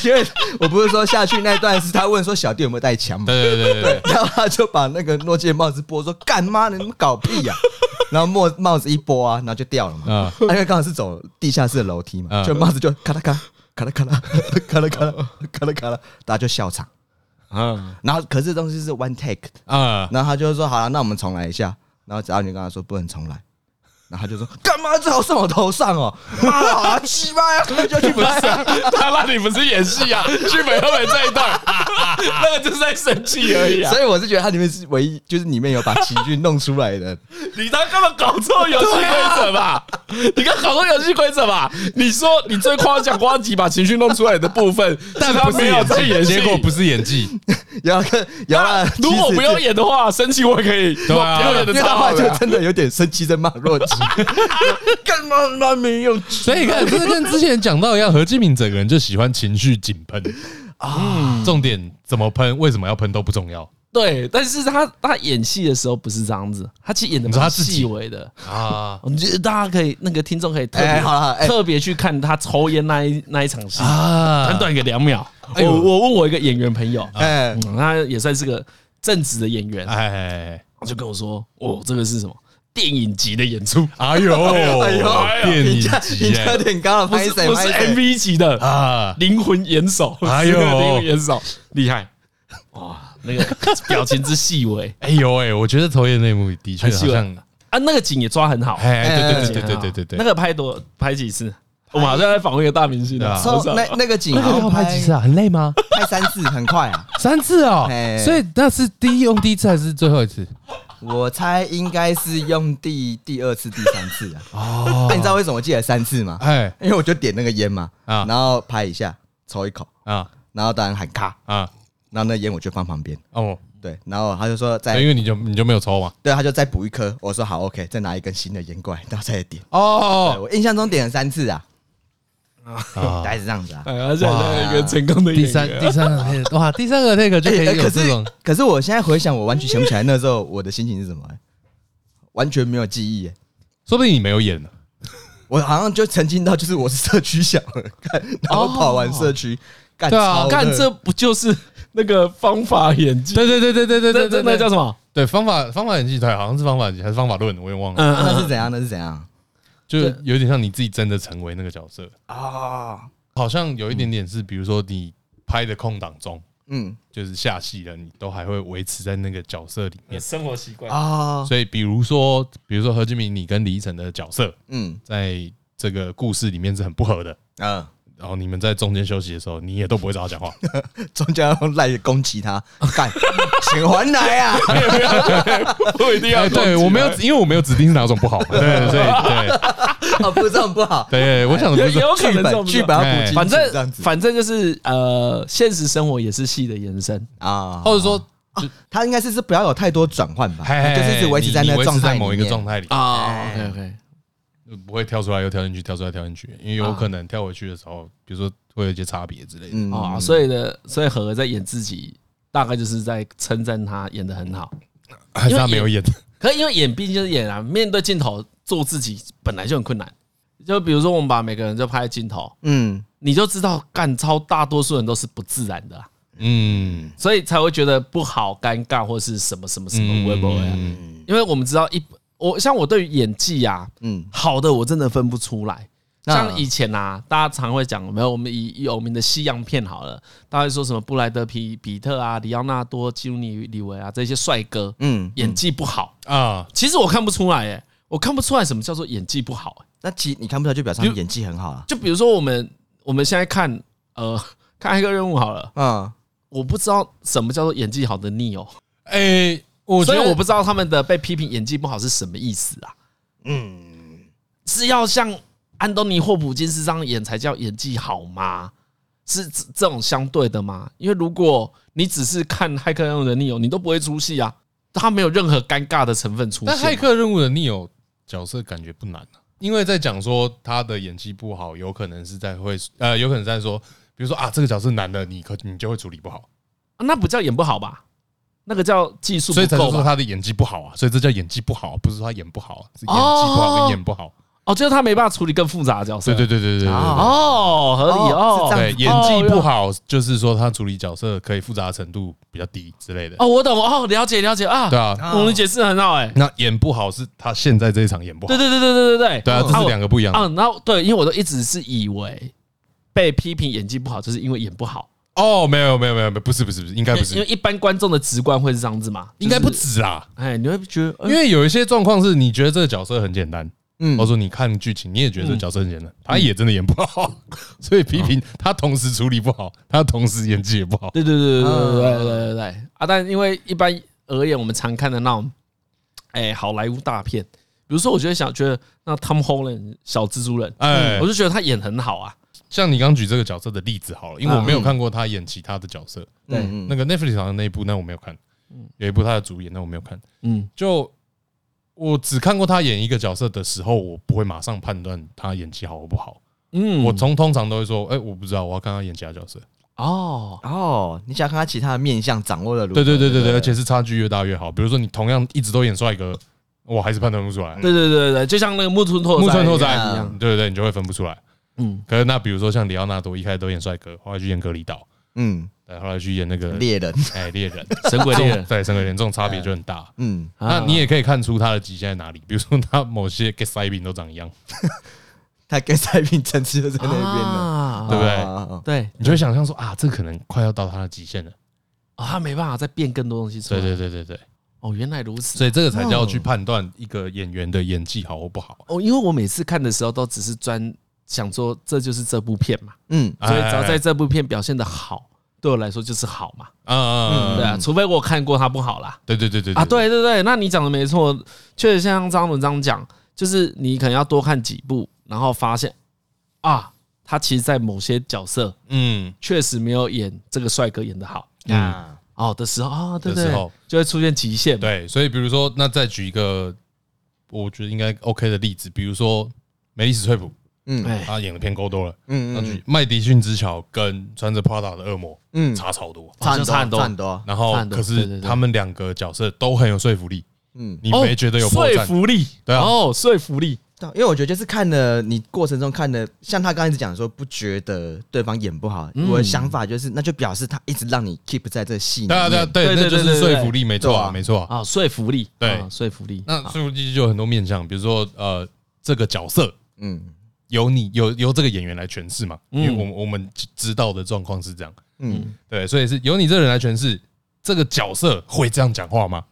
[SPEAKER 2] 因为我不是说下去那段是他问说小弟有没有带枪吗？
[SPEAKER 3] 对对对对，
[SPEAKER 2] 然后他就把那个诺基亚帽子拨说：“干妈，你们搞屁呀、然后帽帽子一拨啊，然后就掉了嘛。
[SPEAKER 3] 嗯
[SPEAKER 2] 啊 因为刚好是走地下室的楼梯嘛，
[SPEAKER 3] 嗯
[SPEAKER 2] 就帽子就咔啦咔啦咔啦咔啦 咔啦咔啦咔啦咔啦，大家就笑场。
[SPEAKER 1] 嗯，
[SPEAKER 2] 然后可是这东西是 one take 的，
[SPEAKER 3] 啊，
[SPEAKER 2] 然后他就说：“好了，那我们重来一下。”然后子豪你就跟他说：“不能重来。”然后他就说：“干嘛最好算我头上哦？妈的，好啊，鸡巴呀，那就去
[SPEAKER 1] 不是
[SPEAKER 2] 拍。
[SPEAKER 1] 啊，他那里不是演戏啊，剧本后面这一段， 那个就是在生气而已啊。
[SPEAKER 2] 所以我是觉得他里面是唯一，就是里面有把情绪弄出来的。
[SPEAKER 1] 你他根本搞错游戏规则吧？啊你刚搞错游戏规则吧？你说你最夸奖瓜吉把情绪弄出来的部分，但他没有在演戏，
[SPEAKER 3] 结果不是演技，
[SPEAKER 2] 然后，然后啊，
[SPEAKER 1] 如果
[SPEAKER 2] 其实
[SPEAKER 1] 不用演的话，生气我也可以，
[SPEAKER 3] 对啊
[SPEAKER 1] 表演的
[SPEAKER 2] 因为
[SPEAKER 1] 超
[SPEAKER 2] 他
[SPEAKER 1] 好
[SPEAKER 2] 话就
[SPEAKER 1] 的啊。
[SPEAKER 2] 真的有点生气，在骂洛 基，干嘛那没用
[SPEAKER 3] 所以你看，这跟之前讲到一样，何敬敏整个人就喜欢情绪紧喷啊，重点怎么喷，为什么要喷都不重要
[SPEAKER 1] 对，但是他他演戏的时候不是这样子，他其实演的
[SPEAKER 3] 你说
[SPEAKER 1] 蛮
[SPEAKER 3] 他自己
[SPEAKER 1] 细微的。
[SPEAKER 3] 啊。
[SPEAKER 1] 我觉得大家可以那个听众可以特别
[SPEAKER 2] 哎好了哎
[SPEAKER 1] 特别去看他抽烟那一那一场戏，
[SPEAKER 3] 啊
[SPEAKER 1] 短短个两秒。
[SPEAKER 3] 哎呦
[SPEAKER 1] 我我问我一个演员朋友，
[SPEAKER 2] 哎，
[SPEAKER 1] 嗯他也算是个正直的演员，
[SPEAKER 3] 哎，
[SPEAKER 1] 他就跟我说：“哦，这个是什么？电影级的演出，
[SPEAKER 3] 哎呦，哎
[SPEAKER 2] 哎
[SPEAKER 3] 电影
[SPEAKER 2] 评价
[SPEAKER 3] 级
[SPEAKER 2] 评价有
[SPEAKER 3] 耶
[SPEAKER 2] 点高了，
[SPEAKER 1] 哦不
[SPEAKER 2] 拍
[SPEAKER 1] 是
[SPEAKER 2] 谁
[SPEAKER 1] 不是
[SPEAKER 2] 拍谁。
[SPEAKER 1] MV 级的
[SPEAKER 3] 啊！
[SPEAKER 1] 灵魂演手，
[SPEAKER 3] 哎呦
[SPEAKER 1] 十个灵魂演手厉害哇！那个表情之细微
[SPEAKER 3] 哎呦哎，我觉得头演那幕的确
[SPEAKER 1] 很
[SPEAKER 3] 好
[SPEAKER 1] 细微
[SPEAKER 3] 像，
[SPEAKER 1] 啊，那个景也抓很好，
[SPEAKER 3] 哎，对对
[SPEAKER 1] 那个
[SPEAKER 3] 对对
[SPEAKER 1] 啊
[SPEAKER 3] 对对对对，
[SPEAKER 1] 那个拍多拍几次？我马上在访问一个大明星
[SPEAKER 3] 对
[SPEAKER 1] 啊
[SPEAKER 3] 啊，
[SPEAKER 2] 抽
[SPEAKER 1] 我知道
[SPEAKER 2] 那那个景好像
[SPEAKER 3] 啊？很累吗？
[SPEAKER 2] 拍三次很快啊，
[SPEAKER 3] 三次哦
[SPEAKER 2] 哎
[SPEAKER 3] 所以那是第一用第一次还是最后一次？
[SPEAKER 2] 我猜应该是用第第二次、第三次啊。哦，你知道为什么我记得三次吗？
[SPEAKER 3] 哎
[SPEAKER 2] 因为我就点那个烟嘛，
[SPEAKER 3] 啊
[SPEAKER 2] 然后拍一下，抽一口，
[SPEAKER 3] 啊
[SPEAKER 2] 然后当然喊咔，
[SPEAKER 3] 啊
[SPEAKER 2] 然后那烟我就放旁边，
[SPEAKER 3] 哦，
[SPEAKER 2] 对，然后他就说再
[SPEAKER 3] 因为你就你就没有抽嘛？
[SPEAKER 2] 对，他就再补一颗。我说好，OK，再拿一根新的烟过来，然后再点。对
[SPEAKER 3] 哦，
[SPEAKER 2] 我印象中点了三次啊，
[SPEAKER 3] 啊
[SPEAKER 2] 大概是这样子啊。
[SPEAKER 1] 哎，他现在是一个成功的演
[SPEAKER 3] 第
[SPEAKER 1] 员啊
[SPEAKER 3] 三哎第三个那个哇，第三个那个就可以
[SPEAKER 2] 哎哎
[SPEAKER 3] 有
[SPEAKER 2] 可
[SPEAKER 3] 这种
[SPEAKER 2] 是可是我现在回想，我完全想不起来那时候我的心情是什么、哎完全没有记忆、哎
[SPEAKER 3] 说不定你没有演呢。
[SPEAKER 2] 我好像就沉浸到就是我是社区小儿，干然后跑完社区，干
[SPEAKER 3] 对啊
[SPEAKER 2] 超
[SPEAKER 1] 干
[SPEAKER 2] 热
[SPEAKER 1] 哦这不就是那个方法演技？
[SPEAKER 3] 对对对对
[SPEAKER 1] 那
[SPEAKER 3] 对对对
[SPEAKER 1] 那
[SPEAKER 3] 对，
[SPEAKER 1] 那叫什么？
[SPEAKER 3] 对方法方法演技，对，好像是方法演技还是方法论，我也忘了，
[SPEAKER 1] 嗯嗯
[SPEAKER 2] 那是怎样？那是怎样？
[SPEAKER 3] 就有点像你自己真的成为那个角色，
[SPEAKER 2] 哦，
[SPEAKER 3] 好像有一点点是，比如说你拍的空档中，
[SPEAKER 2] 嗯，
[SPEAKER 3] 就是下戏了，你都还会维持在那个角色里面。
[SPEAKER 1] 生活习
[SPEAKER 3] 啊
[SPEAKER 1] 惯
[SPEAKER 2] 哦，
[SPEAKER 3] 所以，比如说，比如说何志明，你跟李依晨的角色
[SPEAKER 2] 嗯
[SPEAKER 3] 在这个故事里面是很不合的，
[SPEAKER 2] 嗯，
[SPEAKER 3] 然后你们在中间休息的时候，你也都不会找他讲 话，
[SPEAKER 2] 中间要用赖攻击他，干， 请还来啊！
[SPEAKER 1] 不一定
[SPEAKER 3] 哎，
[SPEAKER 1] 要
[SPEAKER 3] 对我没有，因为我没有指定是哪种不好嘛，对，所以对
[SPEAKER 2] 哦，不是这种不好，
[SPEAKER 3] 对，我想就是
[SPEAKER 1] 也有可
[SPEAKER 2] 剧
[SPEAKER 1] 能这
[SPEAKER 2] 本
[SPEAKER 1] 种哎
[SPEAKER 2] 剧本要补进去，
[SPEAKER 1] 反
[SPEAKER 2] 这样
[SPEAKER 1] 正
[SPEAKER 2] 子
[SPEAKER 1] 反正就是呃，现实生活也是戏的延伸。
[SPEAKER 2] 啊，
[SPEAKER 3] 或者说，
[SPEAKER 2] 他应该是是不要有太多转换吧，
[SPEAKER 3] 哦嘿
[SPEAKER 2] 就是一直维持在
[SPEAKER 3] 你
[SPEAKER 2] 那
[SPEAKER 3] 你
[SPEAKER 2] 个
[SPEAKER 3] 维
[SPEAKER 2] 状
[SPEAKER 3] 持
[SPEAKER 2] 态
[SPEAKER 3] 在
[SPEAKER 2] 里
[SPEAKER 3] 某一个
[SPEAKER 2] 面
[SPEAKER 3] 状态里
[SPEAKER 1] 啊，OK
[SPEAKER 2] 哎
[SPEAKER 1] OK，
[SPEAKER 3] 不会跳出来又跳进去，跳出来跳进去，因为有可能跳回去的时候，比如说会有一些差别之类的。
[SPEAKER 2] 嗯
[SPEAKER 1] 哦，所以的，所以何何在演自己，大概就是在称赞他演的很好。
[SPEAKER 3] 还是他没有演，
[SPEAKER 1] 可因为演毕竟就是演啊，面对镜头做自己本来就很困难。就比如说我们把每个人就拍在镜头，
[SPEAKER 2] 嗯，
[SPEAKER 1] 你就知道干超大多数人都是不自然的、啊，
[SPEAKER 3] 嗯，
[SPEAKER 1] 所以才会觉得不好、尴尬或是什么什么什
[SPEAKER 2] 嗯
[SPEAKER 3] 嗯
[SPEAKER 1] 么微博呀。因为我们知道一我像我对于演技啊，
[SPEAKER 2] 嗯
[SPEAKER 1] 好的我真的分不出来。
[SPEAKER 2] 那
[SPEAKER 1] 像以前啊，大家常会讲，没有我们以有名的西洋片好了，大家会说什么布莱德皮比特啊、里奥纳多、基努里里维啊这些帅哥，
[SPEAKER 2] 嗯
[SPEAKER 1] 嗯，演技不好。
[SPEAKER 3] 啊，
[SPEAKER 1] 其实我看不出来，哎，我看不出来什么叫做演技不好、欸。
[SPEAKER 2] 那其你看不出来，就表示他们演技很好啊。
[SPEAKER 1] 就比如说我们我们现在看呃看一个任务好了，
[SPEAKER 2] 嗯，
[SPEAKER 1] 我不知道什么叫做演技好的 Neo，
[SPEAKER 3] 哎，我觉
[SPEAKER 1] 所以
[SPEAKER 3] 得
[SPEAKER 1] 我不知道他们的被批评演技不好是什么意思啊。嗯，是要像安东尼·霍普金斯这样演才叫演技好吗？是这这种相对的吗？因为如果你只是看《骇客任务》的 Neo，你都不会出戏啊，他没有任何尴尬的成分出
[SPEAKER 3] 但《骇
[SPEAKER 1] 现。
[SPEAKER 3] 客任务》的 Neo 角色感觉不难、啊、因为在讲说他的演技不好，有可能是在会呃，有可能在说，比如说啊，这个角色难的，你可你就会处理不好，
[SPEAKER 1] 啊那不叫演不好吧？那个叫技术
[SPEAKER 3] 所以
[SPEAKER 1] 不
[SPEAKER 3] 才
[SPEAKER 1] 够
[SPEAKER 3] 说
[SPEAKER 1] 吧？
[SPEAKER 3] 他的演技不好啊，所以这叫演技不好，不是说他演不好啊，是演技不好跟演不好。
[SPEAKER 1] 哦，就是他没办法处理更复杂的角色。
[SPEAKER 3] 对对对对对对对
[SPEAKER 1] 哦，合理
[SPEAKER 2] 哦是这
[SPEAKER 1] 哦
[SPEAKER 2] 样。
[SPEAKER 3] 对，演技不好就是说他处理角色可以复杂程度比较低之类的。
[SPEAKER 1] 哦，我懂哦，了解了解啊。
[SPEAKER 3] 对
[SPEAKER 2] 嗯
[SPEAKER 3] 啊，
[SPEAKER 1] 我们解释得很好哎、
[SPEAKER 3] 那演不好是他现在这一场演不好
[SPEAKER 1] 对。对对对对对对，
[SPEAKER 3] 对啊，这是两个不一样的
[SPEAKER 1] 啊，然后对，因为我都一直是以为被批评演技不好，就是因为演不好，
[SPEAKER 3] 哦，没有没有没有，没有不是不是不是，应该不
[SPEAKER 1] 因为
[SPEAKER 3] 是，
[SPEAKER 1] 一般观众的直观会是这样子嘛，
[SPEAKER 3] 应该不
[SPEAKER 1] 就是，
[SPEAKER 3] 止啊。
[SPEAKER 1] 哎，你会觉得，
[SPEAKER 3] 因为有一些状况是你觉得这个角色很简单，
[SPEAKER 2] 嗯
[SPEAKER 3] 或者说你看剧情你也觉得这个角色很
[SPEAKER 1] 嗯
[SPEAKER 3] 简单，他也真的演不好， 所以批评他同时处理不好，他同时演技也不好。
[SPEAKER 1] 哦对对对对对对对对对啊！但因为一般而言，我们常看的那种，哎，好莱坞大片，比如说，我就会想觉得那 Tom Holland 小蜘蛛人，
[SPEAKER 3] 哎
[SPEAKER 1] 我，就觉得他演很好啊，
[SPEAKER 3] 像你刚举这个角色的例子好了，因为我没
[SPEAKER 1] 嗯
[SPEAKER 3] 有看过他演其他的角色，
[SPEAKER 2] 对，
[SPEAKER 3] 那个 Netflix 好像那一部，那我没有看，有一部他的主演，那我没有看，
[SPEAKER 1] 嗯，
[SPEAKER 3] 就。我只看过他演一个角色的时候，我不会马上判断他演技好或不好。
[SPEAKER 1] 嗯，
[SPEAKER 3] 我从通常都会说，哎，我不知道，我要看他演其他角色。
[SPEAKER 1] 哦，
[SPEAKER 2] 哦，你想看他其他的面相掌握的如何？
[SPEAKER 3] 对对对对对，
[SPEAKER 2] 不
[SPEAKER 3] 而且是差距越大越好。比如说你同样一直都演帅哥，我还是判断不出来。
[SPEAKER 1] 对对对对，就像那个木村拓
[SPEAKER 3] 木村拓
[SPEAKER 1] 哉
[SPEAKER 3] 哉
[SPEAKER 1] 一样，
[SPEAKER 3] 对对对，你就会分不出来。
[SPEAKER 1] 嗯
[SPEAKER 3] 可是那比如说像里奥纳多一开始都演帅哥，后来去演格里岛，
[SPEAKER 2] 嗯，
[SPEAKER 3] 对，后来去演那个
[SPEAKER 2] 猎人，
[SPEAKER 3] 哎猎人，
[SPEAKER 1] 神鬼
[SPEAKER 3] 这
[SPEAKER 1] 猎
[SPEAKER 3] 种
[SPEAKER 1] 人，哎啊
[SPEAKER 3] 对神鬼猎人这种差别就很大。
[SPEAKER 2] 嗯，
[SPEAKER 3] 那你也可以看出他的极限在哪里，比如说他某些 get 塞宾都长一样，
[SPEAKER 2] 他跟塞宾争执就在那边了，
[SPEAKER 1] 啊
[SPEAKER 3] 对哦不对
[SPEAKER 2] 啊啊啊
[SPEAKER 1] 对
[SPEAKER 3] 你就会想象说啊，这可能快要到他的极限了。
[SPEAKER 1] 啊，他没办法再变更多东西出来。
[SPEAKER 3] 对对对对对，
[SPEAKER 1] 哦，原来如此。
[SPEAKER 3] 所以这个才叫去判断一个演员的演技好或不好。
[SPEAKER 1] 哦，因为我每次看的时候都只是专想说这就是这部片嘛，
[SPEAKER 2] 嗯，
[SPEAKER 1] 所以只要
[SPEAKER 3] 哎
[SPEAKER 1] 在这部片表现的好，对我来说就是好嘛。
[SPEAKER 3] 啊啊啊
[SPEAKER 1] 对
[SPEAKER 3] 啊，
[SPEAKER 1] 啊，除非我看过他不好啦。
[SPEAKER 3] 对对对对
[SPEAKER 1] 啊，，对对对，那你讲的没错，确实像张文章讲，就是你可能要多看几部，然后发现啊，他其实，在某些角色
[SPEAKER 3] 嗯，
[SPEAKER 1] 确实没有演这个帅哥演的好
[SPEAKER 2] 啊，
[SPEAKER 1] 哦的时候啊，对不
[SPEAKER 3] 的时
[SPEAKER 1] 对
[SPEAKER 3] 候？
[SPEAKER 1] 就会出现极限嘛。
[SPEAKER 3] 对，所以比如说，那再举一个我觉得应该 OK 的例子，比如说梅丽史翠普，
[SPEAKER 2] 嗯嗯
[SPEAKER 1] 哎，
[SPEAKER 3] 她演的片够多了。那
[SPEAKER 2] 嗯
[SPEAKER 3] 举麦迪逊之桥跟穿着 Prada 的恶魔
[SPEAKER 2] 嗯，
[SPEAKER 3] 差超多，
[SPEAKER 1] 好像差很多
[SPEAKER 2] 差很多，
[SPEAKER 3] 然
[SPEAKER 1] 差
[SPEAKER 3] 后
[SPEAKER 1] 很多
[SPEAKER 3] 可
[SPEAKER 1] 对
[SPEAKER 3] 是
[SPEAKER 1] 对对
[SPEAKER 3] 他们两个角色都很有说服力，
[SPEAKER 2] 嗯，
[SPEAKER 3] 你没觉得有
[SPEAKER 1] 哦
[SPEAKER 3] 破
[SPEAKER 1] 说
[SPEAKER 3] 绽？
[SPEAKER 1] 服力？
[SPEAKER 3] 对啊
[SPEAKER 1] 哦，说服力。
[SPEAKER 2] 对因为我觉得就是看了你过程中看的，像他刚才一直讲说不觉得对方演不好，
[SPEAKER 3] 嗯
[SPEAKER 2] 我的想法就是那就表示他一直让你 keep 在这个戏里
[SPEAKER 3] 对啊对啊
[SPEAKER 2] 面，
[SPEAKER 3] 对，
[SPEAKER 1] 对对
[SPEAKER 3] 那就
[SPEAKER 1] 对对
[SPEAKER 3] 是
[SPEAKER 1] 对
[SPEAKER 3] 说服力，没错
[SPEAKER 2] 对
[SPEAKER 3] 啊
[SPEAKER 2] 啊
[SPEAKER 3] 没错啊。
[SPEAKER 1] 啊，说服力，
[SPEAKER 3] 对
[SPEAKER 1] 啊说服力。
[SPEAKER 3] 那
[SPEAKER 1] 啊
[SPEAKER 3] 说服力就有很多面向，比如说呃，这个角色
[SPEAKER 2] 嗯
[SPEAKER 3] 由你由由这个演员来诠释嘛，因
[SPEAKER 1] 嗯
[SPEAKER 3] 为我们我们知道的状况是这样，
[SPEAKER 2] 嗯
[SPEAKER 3] 对，所以是由你这个人来诠释这个角色会这样讲话吗？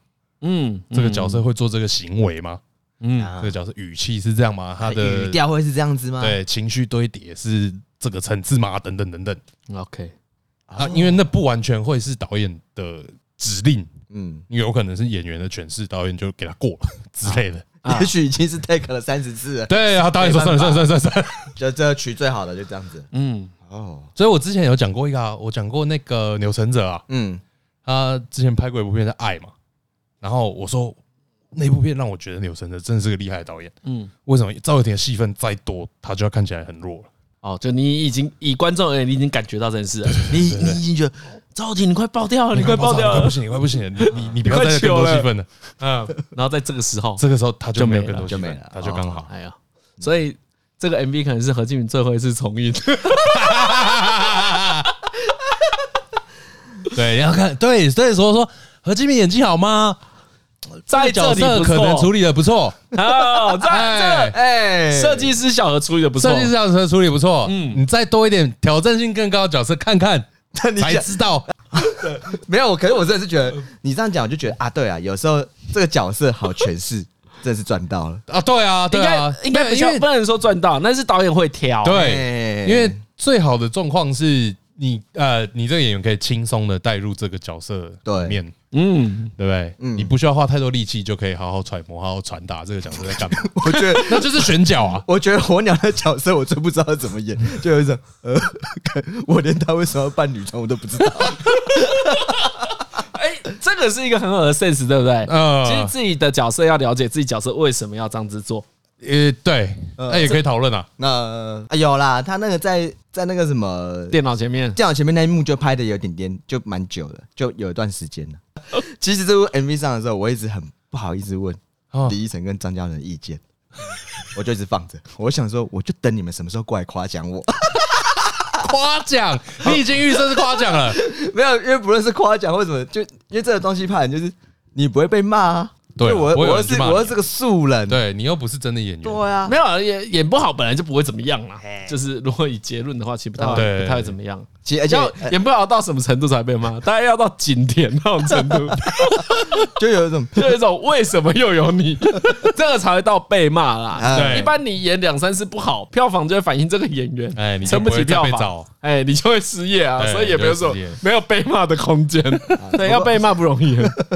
[SPEAKER 1] 嗯，
[SPEAKER 3] 这个角色会做这个行为吗？
[SPEAKER 1] 嗯，
[SPEAKER 3] 这
[SPEAKER 2] 啊哎
[SPEAKER 3] 个角色语气是这样吗？他的
[SPEAKER 2] 语调会是这样子吗？
[SPEAKER 3] 对情绪堆叠是这个层次吗？等等等等
[SPEAKER 1] 嗯，OK，
[SPEAKER 2] 哦
[SPEAKER 3] 啊，因为那不完全会是导演的指令，
[SPEAKER 2] 嗯，
[SPEAKER 3] 有可能是演员的诠释，导演就给他过了之类的。
[SPEAKER 1] 啊
[SPEAKER 2] 也许已经是 take 了三十次 了，
[SPEAKER 3] 对，然啊后导演说算
[SPEAKER 2] 没
[SPEAKER 3] 了
[SPEAKER 2] 办法
[SPEAKER 3] 算了算了算 了。
[SPEAKER 2] 就这曲最好的就这样子。
[SPEAKER 1] 嗯，
[SPEAKER 2] 哦，
[SPEAKER 3] 所以我之前有讲过一个、啊，我讲过那个钮承泽啊，
[SPEAKER 2] 嗯
[SPEAKER 3] 他之前拍过一部片叫《爱》嘛，然后我说那部片让我觉得钮承泽真的是个厉害的导演。
[SPEAKER 1] 嗯，
[SPEAKER 3] 为什么赵又廷的戏份再多，他就要看起来很弱了？
[SPEAKER 1] 哦，就你已经以观众而言，你已经感觉到这件事了，你你已经觉得赵婷，你快爆掉了，你快爆掉
[SPEAKER 3] 你快
[SPEAKER 1] 了
[SPEAKER 3] 不。行，你快不行了，你你你不要
[SPEAKER 1] 快
[SPEAKER 3] 再更
[SPEAKER 1] 糗
[SPEAKER 3] 多
[SPEAKER 1] 了
[SPEAKER 3] 戏份了。嗯，
[SPEAKER 1] 然后在这个时候，
[SPEAKER 3] 这个时候他就没有
[SPEAKER 1] 就没了
[SPEAKER 3] 更多戏
[SPEAKER 2] 就没
[SPEAKER 3] 份
[SPEAKER 2] 了，哦
[SPEAKER 3] 他就刚好。
[SPEAKER 1] 哎呀，所以这个 MV 可能是何敬明最后一次重 映。
[SPEAKER 3] 对，要看对，所以说说何敬明演技好吗？
[SPEAKER 1] 在这
[SPEAKER 3] 角
[SPEAKER 1] 里
[SPEAKER 3] 色
[SPEAKER 1] 不
[SPEAKER 3] 可能处
[SPEAKER 1] 错，
[SPEAKER 3] 理的不错，
[SPEAKER 1] 哦，在
[SPEAKER 2] 哎
[SPEAKER 1] 这设计师小何处理的不错，
[SPEAKER 3] 设计师角色处理不错。嗯，你再多一点挑战性更高的角色看看，
[SPEAKER 2] 那你
[SPEAKER 3] 才
[SPEAKER 2] 讲
[SPEAKER 3] 知道。
[SPEAKER 2] 没有？可是我真的是觉得你这样讲，我就觉得啊，对啊，有时候这个角色好诠释，真的是赚到了。
[SPEAKER 3] 啊，对啊，
[SPEAKER 1] 应
[SPEAKER 3] 对
[SPEAKER 1] 该
[SPEAKER 3] 啊，
[SPEAKER 1] 应该不
[SPEAKER 3] 因
[SPEAKER 1] 叫
[SPEAKER 3] 为
[SPEAKER 1] 不能说赚到，那是导演会挑。
[SPEAKER 3] 对，
[SPEAKER 2] 哎
[SPEAKER 3] 因为最好的状况是你呃，你这个演员可以轻松的带入这个角色里面，
[SPEAKER 1] 嗯，
[SPEAKER 3] 对不对？
[SPEAKER 2] 嗯
[SPEAKER 3] 你不需要花太多力气就可以好好揣摩、好好传达这个角色在干嘛，
[SPEAKER 2] 我觉得。
[SPEAKER 3] 那就是选角啊。
[SPEAKER 2] 我觉得火鸟的角色我最不知道怎么演，就有一种呃， 看我连他为什么要扮女装我都不知道。
[SPEAKER 1] 哎，这个是一个很好的 sense，对不对？
[SPEAKER 3] 呃，
[SPEAKER 1] 其实自己的角色要了解自己角色为什么要这样子做。
[SPEAKER 3] 呃，对，
[SPEAKER 2] 呃
[SPEAKER 3] 那也可以讨论啊。
[SPEAKER 2] 那、呃啊有啦，他那个在在那个什么
[SPEAKER 1] 电脑前面，
[SPEAKER 2] 电脑前面那一幕就拍的有点点，就蛮久了，就有一段时间了。其实这部 MV 上的时候，我一直很不好意思问
[SPEAKER 3] 哦
[SPEAKER 2] 李依晨跟张嘉伦的意见，我就一直放着。我想说，我就等你们什么时候过来夸奖我。
[SPEAKER 3] 夸奖，你已经预设是夸奖了。
[SPEAKER 2] 没有，因为不论是夸奖或什么，就因为这个东西怕人就是你不会被骂啊。
[SPEAKER 3] 对啊
[SPEAKER 2] 因为
[SPEAKER 3] 不
[SPEAKER 2] 我
[SPEAKER 3] 会有
[SPEAKER 2] 我
[SPEAKER 3] 人去
[SPEAKER 2] 是
[SPEAKER 3] 骂
[SPEAKER 2] 我
[SPEAKER 3] 你
[SPEAKER 2] 是个素人。
[SPEAKER 3] 对你又不是真的演员，
[SPEAKER 2] 对啊，
[SPEAKER 1] 没有啊演演不好，本来就不会怎么样啦。就是如果以结论的话，其实不太会
[SPEAKER 3] 对
[SPEAKER 1] 不太会怎么样。
[SPEAKER 2] 其实而且呃
[SPEAKER 1] 要演不好到什么程度才被骂？大概要到景甜那种 程度，
[SPEAKER 2] 就有一种
[SPEAKER 1] 就有一种为什么又有 你，这个才会到被骂啦。
[SPEAKER 2] 啊
[SPEAKER 3] 对
[SPEAKER 1] 一般你演两三次不好，票房就会反映这个演员，
[SPEAKER 3] 哎你就
[SPEAKER 1] 撑不
[SPEAKER 3] 不
[SPEAKER 1] 起
[SPEAKER 3] 会再
[SPEAKER 1] 票
[SPEAKER 3] 被
[SPEAKER 1] 房
[SPEAKER 3] 找，
[SPEAKER 1] 哎，你就会失业啊，
[SPEAKER 3] 对
[SPEAKER 1] 所以也没有什么
[SPEAKER 3] 你就会失
[SPEAKER 1] 没有被骂的空间。 对，要被骂啊不容易。啊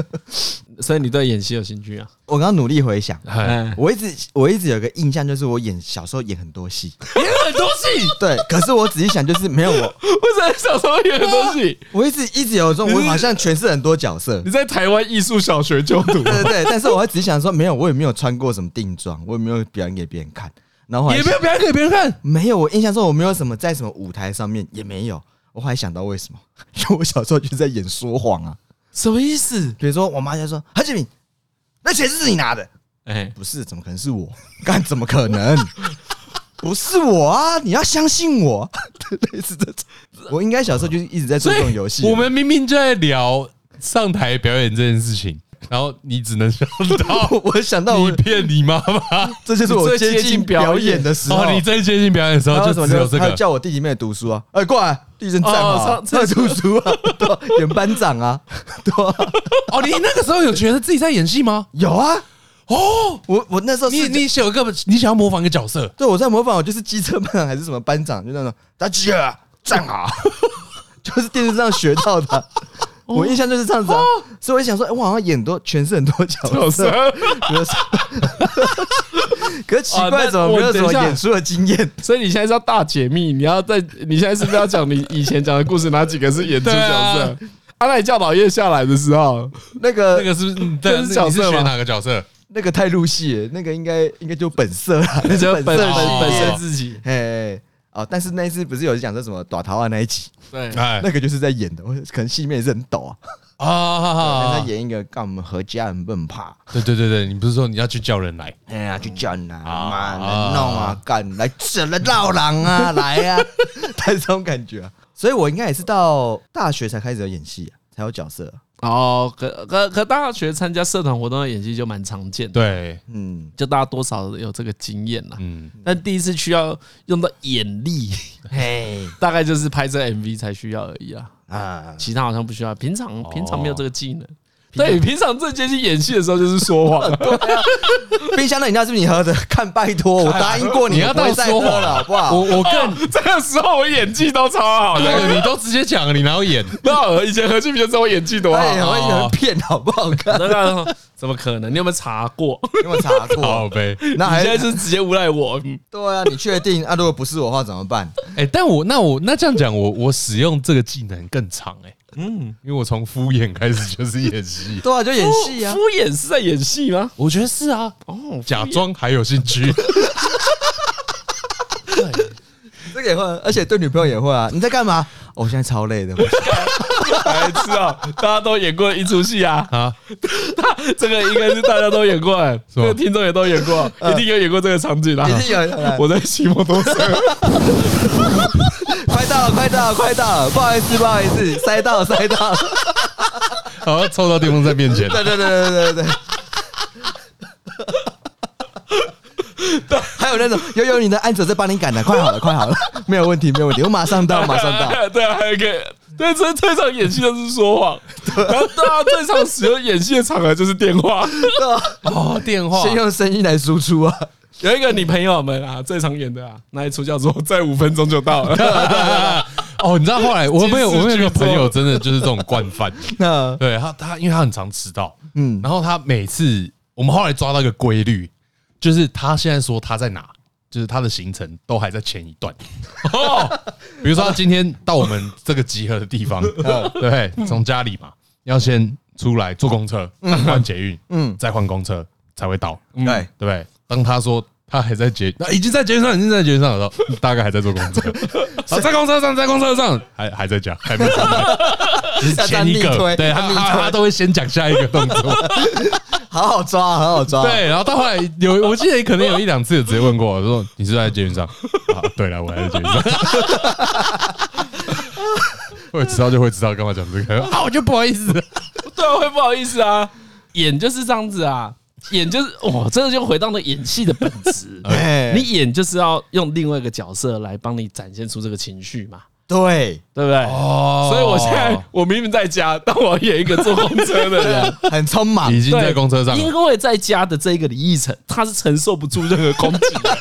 [SPEAKER 1] 所以你对演戏有兴趣啊？
[SPEAKER 2] 我刚刚努力回想，
[SPEAKER 3] 哎，
[SPEAKER 1] 哎，
[SPEAKER 2] 我一直我一直有个印象，就是我演小时候演很多戏，
[SPEAKER 1] 演很多戏，
[SPEAKER 2] 对。可是我仔细想，就是没有我，
[SPEAKER 1] 为什么小时候演很多戏？
[SPEAKER 2] 我一直一直有一种我好像诠释很多角色
[SPEAKER 1] 你，在台湾艺术小学就 读，
[SPEAKER 2] 对对对。但是我只想说，没有，我也没有穿过什么定妆，我也没有表演给别人看，然后后来
[SPEAKER 3] 也没有表演给别人看。
[SPEAKER 2] 没有，我印象中我没有什么在什么舞台上面也没有。我后来想到为什么， 因为我小时候就是在演说谎啊，
[SPEAKER 1] 什么意思？
[SPEAKER 2] 比如说我妈就说何志敏，那钱是你拿的，
[SPEAKER 1] 哎，
[SPEAKER 2] 不是，怎么可能 是我？干，怎么可能？不是我啊！你要相信我。 类似这种。我应该小时候就是一直在做这种游戏。
[SPEAKER 3] 我们明明就在聊上台表演这件事情，然后你只能想到
[SPEAKER 2] 我想到我
[SPEAKER 3] 你，骗你妈妈。
[SPEAKER 2] 这就是我
[SPEAKER 1] 最接
[SPEAKER 2] 接
[SPEAKER 1] 近
[SPEAKER 2] 近
[SPEAKER 1] 表
[SPEAKER 2] 表
[SPEAKER 1] 演
[SPEAKER 2] 演的时候
[SPEAKER 3] 哦，。你最接近表演的时
[SPEAKER 2] 然
[SPEAKER 3] 候
[SPEAKER 2] 后
[SPEAKER 3] 就
[SPEAKER 2] 什
[SPEAKER 3] 只有
[SPEAKER 2] 么
[SPEAKER 3] 这
[SPEAKER 2] 他
[SPEAKER 3] 个
[SPEAKER 2] 就叫我弟弟妹妹读书啊，哎，过来，地震站
[SPEAKER 1] 哦
[SPEAKER 2] 嘛，
[SPEAKER 1] 上
[SPEAKER 2] 在读书啊， 对吧，演班长啊， 对吧？
[SPEAKER 3] 哦。你那个时候有觉得自己在演戏吗？
[SPEAKER 2] 有啊，
[SPEAKER 3] 哦，
[SPEAKER 2] 我我那时候
[SPEAKER 3] 你
[SPEAKER 2] 是
[SPEAKER 3] 你有一个你想要模仿一个角色，
[SPEAKER 2] 对我在模仿，我就是机车班长还是什么班长，就那种大姐站好， 就是电视上学到的啊。
[SPEAKER 3] 哦
[SPEAKER 2] 我印象就是这样子啊，所以我就想说，哎，我好像演多诠释很多角色，比如说 可是奇
[SPEAKER 3] 哦
[SPEAKER 1] 啊
[SPEAKER 2] 怪，
[SPEAKER 1] 那
[SPEAKER 2] 怎么没
[SPEAKER 1] 我
[SPEAKER 2] 有什
[SPEAKER 1] 等一
[SPEAKER 2] 么
[SPEAKER 1] 下
[SPEAKER 2] 演出的经验？
[SPEAKER 1] 所以你现在是要大解密，你要在你现在是不是要讲你以前讲的故事哪几个是演出角色？
[SPEAKER 3] 啊
[SPEAKER 1] 阿赖、教导夜下来的时候，
[SPEAKER 2] 那个
[SPEAKER 3] 那个是不是你对
[SPEAKER 1] 这是
[SPEAKER 3] 你
[SPEAKER 1] 角
[SPEAKER 3] 是
[SPEAKER 1] 色吗
[SPEAKER 3] 选哪个角色？
[SPEAKER 2] 那个太入戏了，那个应该应该就本色 啦，那
[SPEAKER 1] 就是本
[SPEAKER 2] 色
[SPEAKER 1] 身
[SPEAKER 2] 系列
[SPEAKER 1] 本身
[SPEAKER 3] 哦
[SPEAKER 1] 自己
[SPEAKER 2] 哎哦，但是那一次不是有讲说什么短桃啊那一集，
[SPEAKER 1] 对
[SPEAKER 3] 哎
[SPEAKER 2] 那个就是在演的，我可能戏里面也是很抖啊，
[SPEAKER 3] 啊哈
[SPEAKER 2] 但
[SPEAKER 3] 哈
[SPEAKER 2] 是
[SPEAKER 3] 哈
[SPEAKER 2] 他，演一个干我们何家人笨怕，
[SPEAKER 3] 对对对对，你不是说你要去叫人来？
[SPEAKER 2] 哎呀去叫你啊，
[SPEAKER 3] 啊
[SPEAKER 2] 妈来弄啊，干来整了闹狼 啊，来啊，他是这种感觉啊，所以我应该也是到大学才开始有演戏啊，才有角色啊，
[SPEAKER 1] 哦，可可可，大学参加社团活动的演戏就蛮常见的，
[SPEAKER 3] 对，
[SPEAKER 2] 嗯，
[SPEAKER 1] 就大家多少有这个经验啦。
[SPEAKER 3] 嗯，
[SPEAKER 1] 但第一次需要用到眼力，
[SPEAKER 2] 嘿
[SPEAKER 1] 大概就是拍这 MV 才需要而已啦，
[SPEAKER 2] 啊，
[SPEAKER 1] 其他好像不需要。平常平常没有这个技能，
[SPEAKER 2] 平常
[SPEAKER 1] 对，平常最接近演戏的时候就是说谎，
[SPEAKER 2] 冰箱那饮料是不是你喝的？ 看，拜托，我答应过你，
[SPEAKER 3] 你要
[SPEAKER 2] 我不会
[SPEAKER 3] 到
[SPEAKER 2] 再
[SPEAKER 3] 说
[SPEAKER 2] 喝
[SPEAKER 3] 谎
[SPEAKER 2] 了，好不好？
[SPEAKER 3] 我我更
[SPEAKER 1] 这个时候我演技都超好的。
[SPEAKER 3] 那个你都直接讲了，你哪有演？
[SPEAKER 1] 那以前何俊平就知道我演技多好，
[SPEAKER 2] 哎，我也很骗，好不好看？
[SPEAKER 1] 那个怎么可能？你有没有查过？
[SPEAKER 2] 有没有查
[SPEAKER 3] 好
[SPEAKER 2] 过？
[SPEAKER 3] 呗。
[SPEAKER 2] 那
[SPEAKER 1] 你
[SPEAKER 2] 还
[SPEAKER 1] 现在是直接诬赖我，
[SPEAKER 2] 对啊？你确定啊？如果不是我的话怎么办？
[SPEAKER 3] 哎、但我那我那这样讲，我我使用这个技能更长哎、嗯，因为我从敷衍开始就是 演戏，
[SPEAKER 2] 对啊，就演戏啊
[SPEAKER 1] 敷。衍是在演戏吗？
[SPEAKER 3] 我觉得是啊，
[SPEAKER 1] 哦，
[SPEAKER 3] 假装还有兴趣，
[SPEAKER 2] 啊这个也会，而且对女朋友也会啊。你在干嘛？哦我现在超累的，
[SPEAKER 1] 白痴啊！大家都演过一出戏啊！
[SPEAKER 3] 啊，
[SPEAKER 1] 他这个应该是大家都演过，哎这
[SPEAKER 3] 吗
[SPEAKER 1] 个听众也都演过，啊一定有演过这个场景啊！
[SPEAKER 2] 一定有有有
[SPEAKER 1] 我在骑摩托车，
[SPEAKER 2] 快到了，快到了，快到了，不好意思，不好意思，塞到了，塞到了。
[SPEAKER 3] 好像凑到电风扇面前，
[SPEAKER 2] 对对对对对对对。还有那种有有你的按钮在帮你赶的，快好了，快好了， 没有问题，没有问题，我马上到，马上到。
[SPEAKER 1] 对啊，还有一个。对，最最常演戏就是说谎，然后大家最常使用演戏的场合就是电话。
[SPEAKER 2] 对啊
[SPEAKER 3] 哦，电话
[SPEAKER 2] 先用声音来输出啊。
[SPEAKER 1] 有一个你朋友们啊，最常演的啊，那一出叫做“在五分钟就到 了”，
[SPEAKER 3] 哦，你知道后来我们有我们有一个朋友真的就是这种惯犯，
[SPEAKER 2] 那
[SPEAKER 3] 对他他因为他很常迟到，
[SPEAKER 2] 嗯
[SPEAKER 3] 嗯，然后他每次我们后来抓到一个规律，就是他现在说他在哪，就是他的行程都还在前一段。 哦，比如说他今天到我们这个集合的地 方，对，从家里嘛，要先出来坐公车，换捷运，嗯，再换公车才会到，对
[SPEAKER 2] 对
[SPEAKER 3] 不对？当他说。他还在捷，啊那已经在捷运上，已经在捷运上的时候，大概还在坐公 车，好在公车上，在公车上，还还在讲，还没出来。 就是前一
[SPEAKER 2] 他这样逆推
[SPEAKER 3] 个，对，
[SPEAKER 2] 他
[SPEAKER 3] 他
[SPEAKER 2] 逆推
[SPEAKER 3] 他他都会先讲下一个动作，
[SPEAKER 2] 好好抓啊，好好抓啊。
[SPEAKER 3] 对，然后到后来有， 我记得可能有一两次有直接问过我说：“你是不是在捷运上？”啊，对了，我还在捷运上。 会迟到就会迟到，干嘛讲 这个？啊，我就不好意思。
[SPEAKER 1] 对啊，会不好意思啊。演就是这样子啊，演就是哇，真的就回到那演戏的本 质。
[SPEAKER 2] 哎
[SPEAKER 1] 你演就是要用另外一个角色来帮你展现出这个情绪嘛，
[SPEAKER 2] 对，
[SPEAKER 1] 对不对？
[SPEAKER 3] 哦
[SPEAKER 1] 所以我现在我明明在家，但我演一个坐公车的人。
[SPEAKER 2] 很匆忙
[SPEAKER 3] 已，经在公车上
[SPEAKER 1] 因
[SPEAKER 3] 了，
[SPEAKER 1] 为在家的这一个李奕晨，他是承受不 住任何攻击的，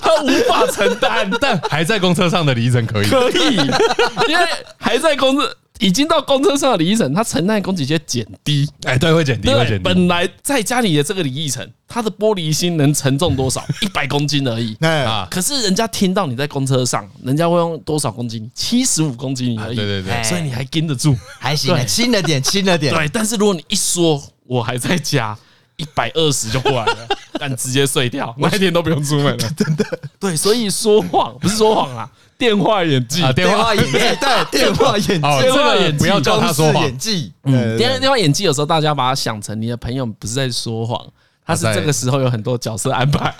[SPEAKER 1] 他无法承担。
[SPEAKER 3] 但 还在公车上的李晨可以。
[SPEAKER 1] 可以， 因为还在公车，已经到公车上的李奕晨，他承担的攻击就会减低。
[SPEAKER 3] 哎，对，会减低，会
[SPEAKER 1] 对，
[SPEAKER 3] 减低
[SPEAKER 1] 本来在家里的这个李奕晨，他的玻璃心能承重多 少？一百公斤而已。
[SPEAKER 2] 哎，
[SPEAKER 3] 啊！
[SPEAKER 1] 可是人家听到你在公车上，人家会用多少公斤？七十五公斤而已。
[SPEAKER 3] 对啊对对
[SPEAKER 1] 所以你还盯得住。
[SPEAKER 2] 还行啊，
[SPEAKER 1] 对
[SPEAKER 2] 轻了点，轻了点。
[SPEAKER 1] 对，但是如果你一说我还在家，一百二十就过 来了，但直接碎掉，那一天都不用出门了。真的。对，所以说谎不是说谎啊，电话演技
[SPEAKER 3] 啊，
[SPEAKER 1] 电
[SPEAKER 3] 电
[SPEAKER 2] 电
[SPEAKER 3] 话
[SPEAKER 2] 话演技，对，电话演技，
[SPEAKER 3] 哦，这
[SPEAKER 1] 话
[SPEAKER 3] 个
[SPEAKER 1] 演技
[SPEAKER 3] 不要叫他
[SPEAKER 2] 公
[SPEAKER 3] 说
[SPEAKER 2] 式
[SPEAKER 3] 谎
[SPEAKER 2] 演，技，嗯，对
[SPEAKER 1] 电
[SPEAKER 2] 对
[SPEAKER 1] 电话演技有时候大家把它想成你的朋友不是在说谎，他是
[SPEAKER 3] 啊他在
[SPEAKER 1] 这个时候有很多角色安排。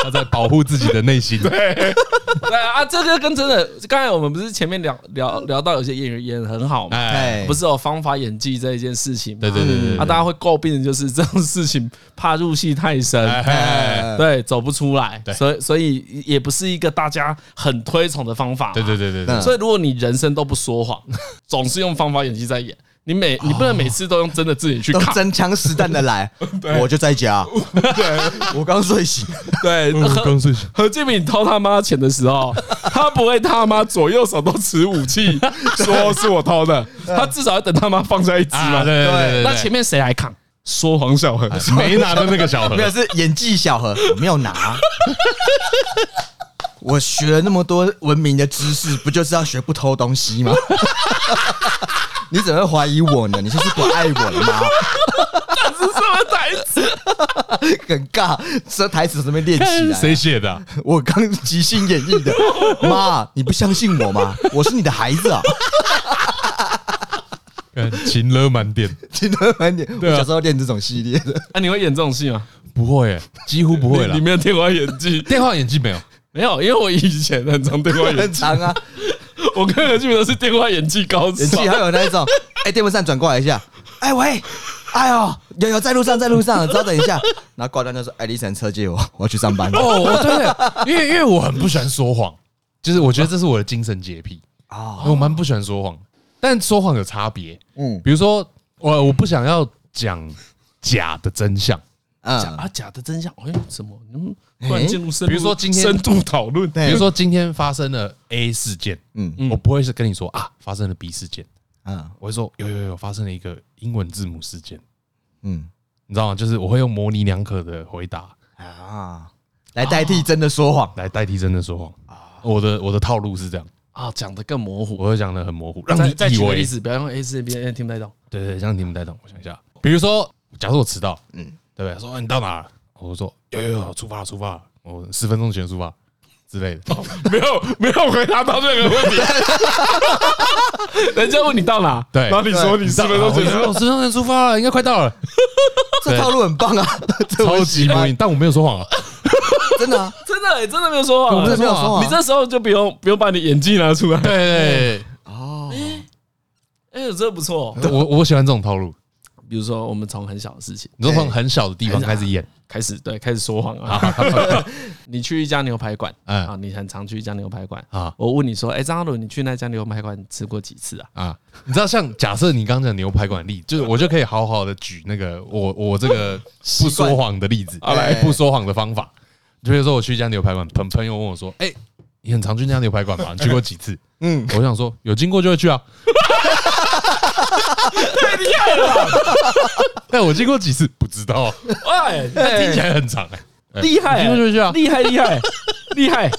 [SPEAKER 3] 他在保护自己的内心。
[SPEAKER 1] 对啊，啊这个跟真的，刚才我们不是前面聊聊聊到有些演员演得很好嘛，
[SPEAKER 3] 哎，
[SPEAKER 1] 不是有方法演技这一件事情嘛？
[SPEAKER 3] 对对对对对
[SPEAKER 1] 啊，大家会诟病的就是这种事情怕入戏太深，
[SPEAKER 3] 哎，
[SPEAKER 1] 对，走不出来，
[SPEAKER 3] 对
[SPEAKER 1] 所以所以也不是一个大家很推崇的方法。
[SPEAKER 3] 对对对对对，
[SPEAKER 1] 所以如果你人生都不说 谎，总是用方法演技在演，你每你不能每次哦都用真的自 己去
[SPEAKER 2] 都
[SPEAKER 1] 看，
[SPEAKER 2] 真枪实弹的来，我就在家。对，我刚睡醒，
[SPEAKER 1] 对，何
[SPEAKER 3] 睡醒，
[SPEAKER 1] 何建敏偷他妈钱的时候，他不会他妈左右手都持武 器说是我偷的，他至少要等他妈放下一只
[SPEAKER 3] 啊，
[SPEAKER 1] 嘛。
[SPEAKER 3] 对对对对，
[SPEAKER 1] 那前面谁来哎扛？说谎小何，
[SPEAKER 3] 没拿的那个小盒
[SPEAKER 2] 没，有是演技小盒， 我没有拿。我学了那么多文明的知识，不就是要学不偷东西吗？ 你怎么会怀疑我呢？你就是不爱我了吗？
[SPEAKER 1] 这是什么台词？
[SPEAKER 2] 很尬，这台词怎么练起来？
[SPEAKER 3] 谁写 的啊？
[SPEAKER 2] 我刚即兴演绎的。 妈，你不相信我吗？我是你的孩子啊！
[SPEAKER 3] 看情勒满点，
[SPEAKER 2] 听得满点，我
[SPEAKER 3] 啊
[SPEAKER 2] 小时候练这种系列的。
[SPEAKER 1] 啊，你会演这种戏吗？
[SPEAKER 3] 不会耶，几乎不会了
[SPEAKER 1] 你。没有电话演技，
[SPEAKER 3] 电话演技没有，
[SPEAKER 1] 没有，因为我以前很常电话演
[SPEAKER 2] 很
[SPEAKER 1] 技，
[SPEAKER 2] 长啊，
[SPEAKER 1] 我跟何建敏都是电话演技高手
[SPEAKER 2] 演。技还有那一 种，哎、电风扇转过来一下，哎喂，哎呦，有有在路上，在路上，稍等一下，然后挂断就说，哎，李晨车接我，我要去上班。哦
[SPEAKER 3] 哦，我对对，因为因为我很不喜欢说谎，就是我觉得这是我的精神洁癖，我蛮不喜欢说谎，但说谎有差别，
[SPEAKER 2] 哦嗯
[SPEAKER 3] 比如说我我不想要讲假的真相，
[SPEAKER 1] 假
[SPEAKER 2] 嗯，
[SPEAKER 1] 啊假的真相，哎呦，什么？嗯，突然进入深入，
[SPEAKER 3] 比如说今天
[SPEAKER 1] 深度讨论，
[SPEAKER 2] 对
[SPEAKER 3] 比如说今天发生了 A 事件，
[SPEAKER 2] 嗯
[SPEAKER 3] 我不会是跟你说啊发生了 B 事件，
[SPEAKER 2] 嗯
[SPEAKER 3] 我会说有有有发生了一个英文字母事件，
[SPEAKER 2] 嗯
[SPEAKER 3] 你知道吗？就是我会用模棱两可的回答
[SPEAKER 2] 啊，来代替真的说谎。
[SPEAKER 3] 来代替真的说谎。我的我的套路是这样，
[SPEAKER 1] 啊，讲的更模糊。
[SPEAKER 3] 我会讲的很模糊，让
[SPEAKER 1] 再
[SPEAKER 3] 你
[SPEAKER 1] 再
[SPEAKER 3] 以
[SPEAKER 1] 举个
[SPEAKER 3] 为
[SPEAKER 1] 例子，不要用 A 字 B，因为听不太懂。
[SPEAKER 3] 对对，这样你们带动。我想一下，比如说，假如我迟到，嗯，对不对？说、啊、你到哪了？我说有有有，出发了，出发了，我十分钟前出发之类的。
[SPEAKER 1] 没有没有回答到任何问题。 人家问你到哪，
[SPEAKER 3] 对
[SPEAKER 1] 然后你说你十分钟前
[SPEAKER 3] 我
[SPEAKER 1] 说，
[SPEAKER 3] 我哦十分钟前出发了，应该快 到了，
[SPEAKER 2] 这套路很棒啊，这我
[SPEAKER 3] 超级
[SPEAKER 2] 喜
[SPEAKER 3] 不
[SPEAKER 2] 欢
[SPEAKER 3] 应，但我没有说谎啊，
[SPEAKER 2] 真的啊，
[SPEAKER 1] 真的欸真的没有
[SPEAKER 3] 哦
[SPEAKER 1] 说
[SPEAKER 2] 我
[SPEAKER 1] 谎
[SPEAKER 2] 们没
[SPEAKER 1] 欸。
[SPEAKER 2] 有说谎啊。
[SPEAKER 1] 你这时候就不用不用把你演技拿出来。
[SPEAKER 3] 对对
[SPEAKER 2] 哦，
[SPEAKER 1] 哎，这个不错。
[SPEAKER 3] 对，我我喜欢这种套路。
[SPEAKER 1] 比如说，我们从很小的事情
[SPEAKER 3] 你说从很小的地方开始演，
[SPEAKER 1] 开始，对，开始说谎
[SPEAKER 3] 哎
[SPEAKER 1] 啊。 你去一家牛排馆，
[SPEAKER 3] 嗯
[SPEAKER 1] 啊，你很常去一家牛排馆
[SPEAKER 3] 啊
[SPEAKER 1] 我问你说，哎，张阿鲁，你去那家牛排馆吃过几次啊？
[SPEAKER 3] 啊，你知道像假设你刚讲牛排馆例， 就是我就可以好好的举那个我我这 个不说谎的例子，
[SPEAKER 2] 惯
[SPEAKER 3] 哎不说谎的方法。就比如说我去一家牛排馆，朋朋友问我说：“哎、你很常去那家牛排馆 吧？你去过几次？”嗯，我想说有经过就会去啊。 太厉害了！但我经过几次不知道，
[SPEAKER 1] 哎，
[SPEAKER 3] 但听起来很长哎、哎
[SPEAKER 1] 厉害
[SPEAKER 3] 有经过就会去啊
[SPEAKER 1] 欸，。厉害，厉害，厉害！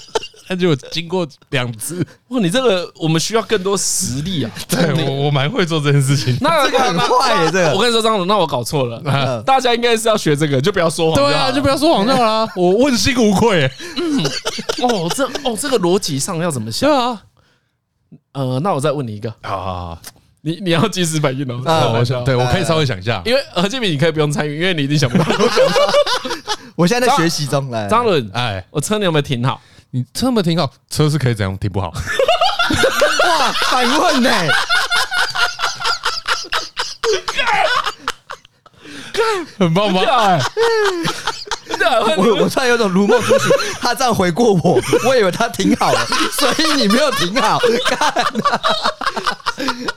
[SPEAKER 3] 但结果经过两次，
[SPEAKER 1] 哇，你这个我们需要更多实力 啊。
[SPEAKER 3] 对我我蛮会做这件事情。
[SPEAKER 1] 那
[SPEAKER 2] 这个很坏耶这个
[SPEAKER 1] 我跟你说，张总，那我搞错了， 大家应该是要学这个，就不要说谎。
[SPEAKER 3] 对啊，就不要说谎就好啦， 我问心无愧、哎
[SPEAKER 1] 哦，这哦，这个逻辑上要怎么想？
[SPEAKER 3] 对啊，
[SPEAKER 1] 呃，那我再问你一个，
[SPEAKER 3] 好好好。
[SPEAKER 1] 你你要及时反应哦。
[SPEAKER 2] 啊
[SPEAKER 1] 开
[SPEAKER 3] 哦，我
[SPEAKER 1] 玩笑
[SPEAKER 3] 想，对，我可以稍微想一下，
[SPEAKER 1] 因为何建明你可以不用参与，因为你一定 想不到。
[SPEAKER 2] 我现在在学习中，来，
[SPEAKER 1] 张伦，
[SPEAKER 3] 哎，
[SPEAKER 1] 我车你有没有停好？
[SPEAKER 3] 你这么停好，车是可以怎样 停不好？
[SPEAKER 2] 哇，反问呢？
[SPEAKER 3] 很棒吗？
[SPEAKER 1] 哎，对 啊
[SPEAKER 2] 我我突然有种如梦初醒，他这样回过我，我以为他挺好的，所以你没有挺好。 干啊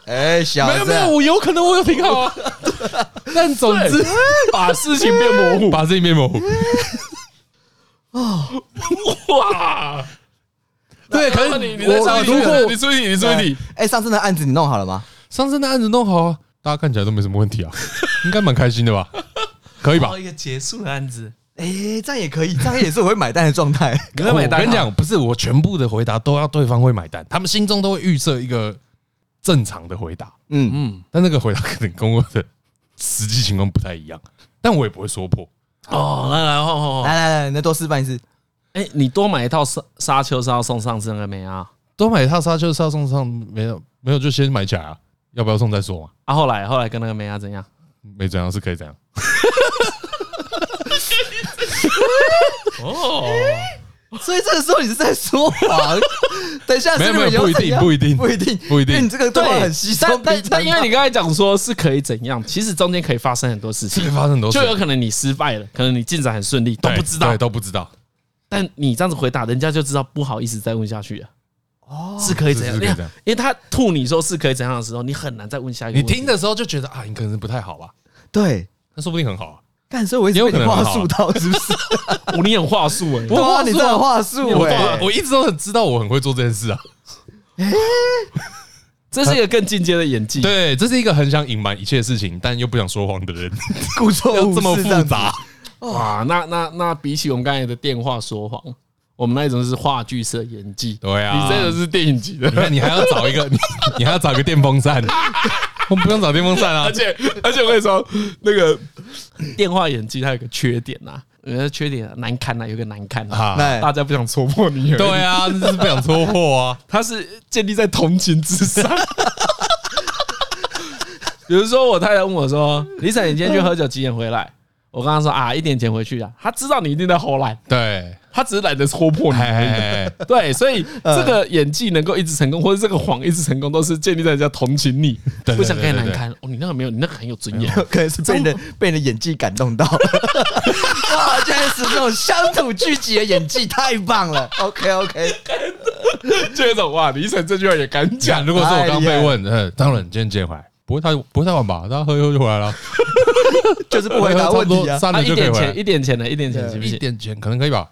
[SPEAKER 2] 哎，小
[SPEAKER 3] 没有没有，
[SPEAKER 2] 子，
[SPEAKER 3] 我有可能我有停好啊，但总 之
[SPEAKER 1] 对把事情变模糊。
[SPEAKER 3] 把自己面 模糊。
[SPEAKER 1] 哇，
[SPEAKER 3] 对，可
[SPEAKER 1] 那
[SPEAKER 3] 是
[SPEAKER 1] 你你再
[SPEAKER 3] 我
[SPEAKER 1] 上一
[SPEAKER 3] 如
[SPEAKER 1] 题，
[SPEAKER 3] 果
[SPEAKER 1] 你出一题，你出一题。
[SPEAKER 2] 哎，上次的案子你弄好了吗？
[SPEAKER 3] 上次的案子弄好啊，大家看起来都没什么问题啊，应该蛮开 心的吧？可以吧？
[SPEAKER 1] 哦一个结束的案子，
[SPEAKER 2] 哎，这样也可以，这样也是我会买单的状态。
[SPEAKER 1] 你会买单啊
[SPEAKER 3] 哦我跟你讲，不是我全部的回答都要对方会买单，他们心中都会预设一个正常的回答，
[SPEAKER 2] 嗯，
[SPEAKER 1] 嗯，
[SPEAKER 3] 但那个回答可能跟我的实际情况不太一样，但我也不会说破。
[SPEAKER 1] 哦，来来，换换换。
[SPEAKER 2] 来来来，那多示范一次。
[SPEAKER 1] 哎、你多买一套沙沙丘是要送上身了没啊？
[SPEAKER 3] 多买一套沙丘是要送上，没有没有就先买起来啊，要不要送再说嘛？
[SPEAKER 1] 啊，后来后来跟那个梅亚怎样？
[SPEAKER 3] 没怎样是可以怎样，
[SPEAKER 1] 哦，
[SPEAKER 2] 所以这个时候你是在说 哇，等一 下，
[SPEAKER 3] 没有
[SPEAKER 2] 是
[SPEAKER 3] 没有
[SPEAKER 2] 你们
[SPEAKER 3] 不一定
[SPEAKER 2] 要
[SPEAKER 3] 不一定
[SPEAKER 2] 不一定，
[SPEAKER 3] 不一定
[SPEAKER 2] 因为你这个对话很稀松
[SPEAKER 1] 但
[SPEAKER 2] 平常
[SPEAKER 1] 但但因为你刚才讲说是可以怎样，其实中间可以发生很多事
[SPEAKER 3] 这
[SPEAKER 1] 情
[SPEAKER 3] 个，发生很多事
[SPEAKER 1] 就有可能你失败了，可能你进展很顺利都
[SPEAKER 3] 对
[SPEAKER 1] 不知道
[SPEAKER 3] 对，都不知道。
[SPEAKER 1] 但你这样子回答，人家就知道不好意思再问下去了。哦，是可以怎样？
[SPEAKER 3] 是是可以这样
[SPEAKER 1] 因为他吐你说是可以怎样的时候，你很难再问下一个
[SPEAKER 3] 你
[SPEAKER 1] 问题。
[SPEAKER 3] 听的时候就觉得啊，你可能不太好吧？
[SPEAKER 2] 对，
[SPEAKER 3] 那说不定很好啊。
[SPEAKER 2] 干，所以我一
[SPEAKER 3] 也
[SPEAKER 2] 直
[SPEAKER 3] 有
[SPEAKER 2] 被
[SPEAKER 3] 可
[SPEAKER 2] 你
[SPEAKER 3] 能
[SPEAKER 2] 话
[SPEAKER 3] 很啊
[SPEAKER 2] 术到，是不 是？
[SPEAKER 1] 哦，你很话术哎，
[SPEAKER 2] 哇，你这话术
[SPEAKER 3] 我啊
[SPEAKER 2] 哎，
[SPEAKER 3] 我一直都很知道我很会做这件事啊。
[SPEAKER 1] 这是一个更进阶的演技。
[SPEAKER 3] 对，这是一个很想隐瞒一切事情，但又不想说谎的人，
[SPEAKER 2] 故作
[SPEAKER 3] 要
[SPEAKER 2] 无
[SPEAKER 3] 这么
[SPEAKER 2] 事
[SPEAKER 3] 复
[SPEAKER 2] 样子
[SPEAKER 3] 杂。
[SPEAKER 1] 哇，那那那比起我们刚才的电话说谎，我们那一种是话剧式的演技。
[SPEAKER 3] 对啊
[SPEAKER 1] 你这个是电影级 的
[SPEAKER 3] 你。看，你还要找一个，你你还要找一个电风 扇，我们不用找电风扇啊
[SPEAKER 1] 而。且而且我跟你说，那个电话演技它有个缺点呐、啊，人家缺点啊难看呐、有个难看啊，
[SPEAKER 3] 啊，
[SPEAKER 1] 大家不想戳破你。
[SPEAKER 3] 对，啊，这是不想戳破啊。
[SPEAKER 1] 它是建立在同情之上。 比如说，我太太问我说：“李晨，你今天去喝酒几点回来？”我跟她说：“啊，一点前回去啊。”她知道你一定在偷懒，
[SPEAKER 3] 对，
[SPEAKER 1] 她只是懒得戳破你
[SPEAKER 3] 哎
[SPEAKER 1] 而已。
[SPEAKER 3] 哎，哎
[SPEAKER 1] 对，所 以这个演技能够一直成功，或者这个谎一直成功，都是建立在人家同情你，
[SPEAKER 3] 对对对
[SPEAKER 1] 不想给你难堪。哦，你那个没有，你那个很有尊 严。
[SPEAKER 2] 可能是被你的被你的演技感 动到。哇，竟然是这种乡土剧集的演技，太棒了。OK OK，
[SPEAKER 1] 这种哇，李晨这句话也 敢
[SPEAKER 3] 这 样
[SPEAKER 1] 讲，
[SPEAKER 3] 如果是我刚被
[SPEAKER 2] 哎
[SPEAKER 3] 问，呃，当然今天几点回来？不会太不会太晚吧？大家喝一喝就回来了，
[SPEAKER 2] 就是不 回答问题啊。
[SPEAKER 3] 三
[SPEAKER 1] 他
[SPEAKER 3] 点
[SPEAKER 1] 一
[SPEAKER 3] 就可以
[SPEAKER 1] 点
[SPEAKER 3] 回来
[SPEAKER 1] 钱，。一点钱的，一点钱行不
[SPEAKER 3] 一
[SPEAKER 1] 行？
[SPEAKER 3] 点钱可能可以吧？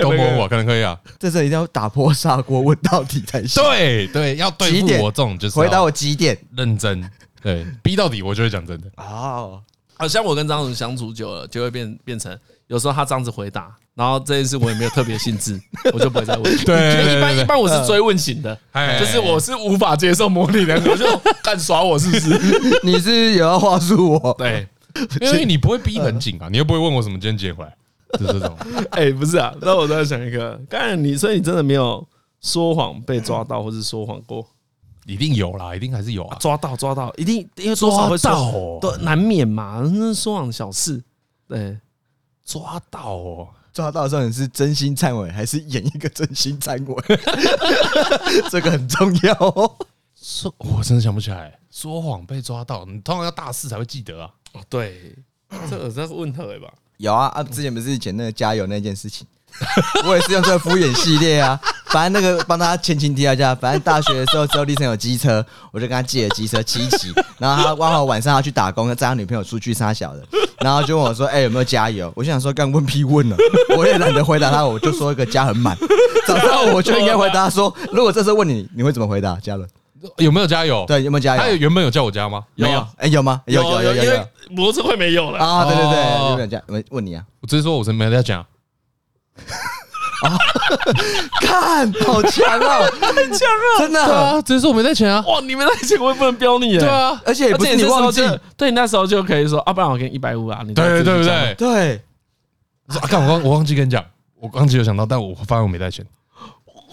[SPEAKER 3] 都摸 我可能可 以啊。
[SPEAKER 2] 这次一定要打破砂锅问到底才行。
[SPEAKER 3] 对对，要对
[SPEAKER 2] 几
[SPEAKER 3] 付
[SPEAKER 2] 点
[SPEAKER 3] 我这种就是
[SPEAKER 2] 回答
[SPEAKER 3] 要
[SPEAKER 2] 我几点？
[SPEAKER 3] 认真，对，逼到底，我就会讲真 的。
[SPEAKER 2] 哦，
[SPEAKER 1] 好像我跟张总相处久了，就会变变成有时候他这样子回答，然后这件事我也没有特别兴 致，我就不会再问。
[SPEAKER 3] 对
[SPEAKER 1] 因为一般
[SPEAKER 3] 对对
[SPEAKER 1] 一般我是追问型的
[SPEAKER 3] 哎，
[SPEAKER 1] 就是我是无法接受模拟人 格，就干耍我是不是？
[SPEAKER 2] 你是有要话术我？
[SPEAKER 1] 对，
[SPEAKER 3] 因为你不会逼很紧啊，你又不会问我什么今天几点回来，就这种。
[SPEAKER 1] 哎，不是啊，那我在想一个，当然你所以你真的没有说谎被抓到，或是说谎过。
[SPEAKER 3] 一定有啦，一定还是有啊。
[SPEAKER 1] 抓到抓到，一定因为多少会说
[SPEAKER 3] 抓到哦
[SPEAKER 1] 都难免嘛，那说谎小事。对，
[SPEAKER 3] 抓到哦，
[SPEAKER 2] 抓到的时候你是真心忏悔，还是演一个真心忏悔？ 这个很重要哦。
[SPEAKER 3] 说我真的想不起来，说谎被抓到，你通常要大事才会记得啊。
[SPEAKER 1] 哦对，这 个这是问题吧？
[SPEAKER 2] 有啊啊！之前不是以前那个加油那件事情， 我也是用这个敷衍系列啊。反正那个帮他前情提要一下，反正大学的时候，之后立生有机车，我就跟他借了机车骑一骑。然后他刚好晚上要去打工，要载他女朋友出去杀小的，然后就问我说：“哎、有没有加油？”我就想说干问屁问了，我也懒得回答他，我就说一个加很满。早上我就应该回答说：“如果这时候问你，你会怎么回答？”嘉伦，
[SPEAKER 3] 有没有加油？
[SPEAKER 2] 对，有没有加
[SPEAKER 3] 他有
[SPEAKER 2] 油？
[SPEAKER 3] 原本有叫我加吗？
[SPEAKER 1] 有
[SPEAKER 3] 没有，
[SPEAKER 2] 哎、有吗？有有有有
[SPEAKER 1] 因
[SPEAKER 2] 有
[SPEAKER 1] 为模特会没有了。
[SPEAKER 2] 啊！对对
[SPEAKER 3] 哦
[SPEAKER 2] 对，有没有加？问问你啊。
[SPEAKER 3] 我直接说我是没在讲。啊
[SPEAKER 2] 看，好强 哦，很强啊，真的
[SPEAKER 3] 对啊，直接说我没在讲啊。
[SPEAKER 1] 哇，你们那一节我也不能标你耶。
[SPEAKER 3] 对，啊，
[SPEAKER 2] 而且也
[SPEAKER 1] 而
[SPEAKER 2] 哎不
[SPEAKER 1] 且
[SPEAKER 2] 是
[SPEAKER 1] 你
[SPEAKER 2] 你
[SPEAKER 1] 这时
[SPEAKER 2] 忘
[SPEAKER 1] 候
[SPEAKER 2] 记，
[SPEAKER 1] 就对，你那时候就可以说，啊，不然我给你一百五啊，你
[SPEAKER 3] 对对对不
[SPEAKER 1] 不
[SPEAKER 3] 对？
[SPEAKER 2] 对，
[SPEAKER 3] 我说啊，干我忘我忘记跟你讲，我忘记有想到，但我发现我没带钱。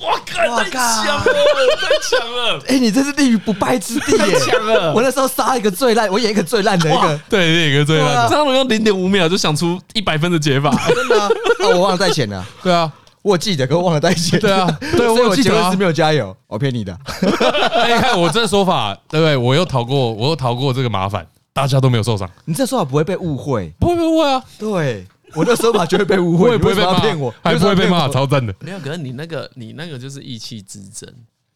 [SPEAKER 1] 哇，靠，
[SPEAKER 2] 哇
[SPEAKER 1] 太
[SPEAKER 2] 干
[SPEAKER 1] 强了，太强了，
[SPEAKER 2] 哎，你这是立于不败之地
[SPEAKER 1] 太
[SPEAKER 2] 耶！
[SPEAKER 1] 强了！
[SPEAKER 2] 我那时候杀一个最烂，我演一个最烂的一个，
[SPEAKER 3] 对，那个最烂
[SPEAKER 2] 烂
[SPEAKER 3] 的。
[SPEAKER 1] 张龙用零点五秒就想出一百分的解法，
[SPEAKER 2] 真的啊，啊我忘了带钱了，
[SPEAKER 3] 对啊，
[SPEAKER 2] 我记得，可我忘了带钱，
[SPEAKER 3] 对啊对
[SPEAKER 2] 所以
[SPEAKER 3] 我
[SPEAKER 2] 我
[SPEAKER 3] 记
[SPEAKER 2] 结
[SPEAKER 3] 得啊
[SPEAKER 2] 婚是没有加油，我骗 你的，
[SPEAKER 3] 哎，你看我这说法，对不对？我又逃过，我又逃过这个麻烦，大家都没有受伤，
[SPEAKER 2] 你这说法不会被误会，
[SPEAKER 3] 不会不会啊，
[SPEAKER 2] 对我那说法绝对被误
[SPEAKER 3] 我
[SPEAKER 2] 会，
[SPEAKER 3] 也不会
[SPEAKER 2] 你为什
[SPEAKER 3] 被
[SPEAKER 2] 么
[SPEAKER 3] 骂，
[SPEAKER 2] 要骗我，
[SPEAKER 3] 还不会
[SPEAKER 2] 你
[SPEAKER 3] 被骂，
[SPEAKER 2] 为什么要骗我
[SPEAKER 3] 超赞的
[SPEAKER 1] 没有，可是你那个你那个就是意气之争，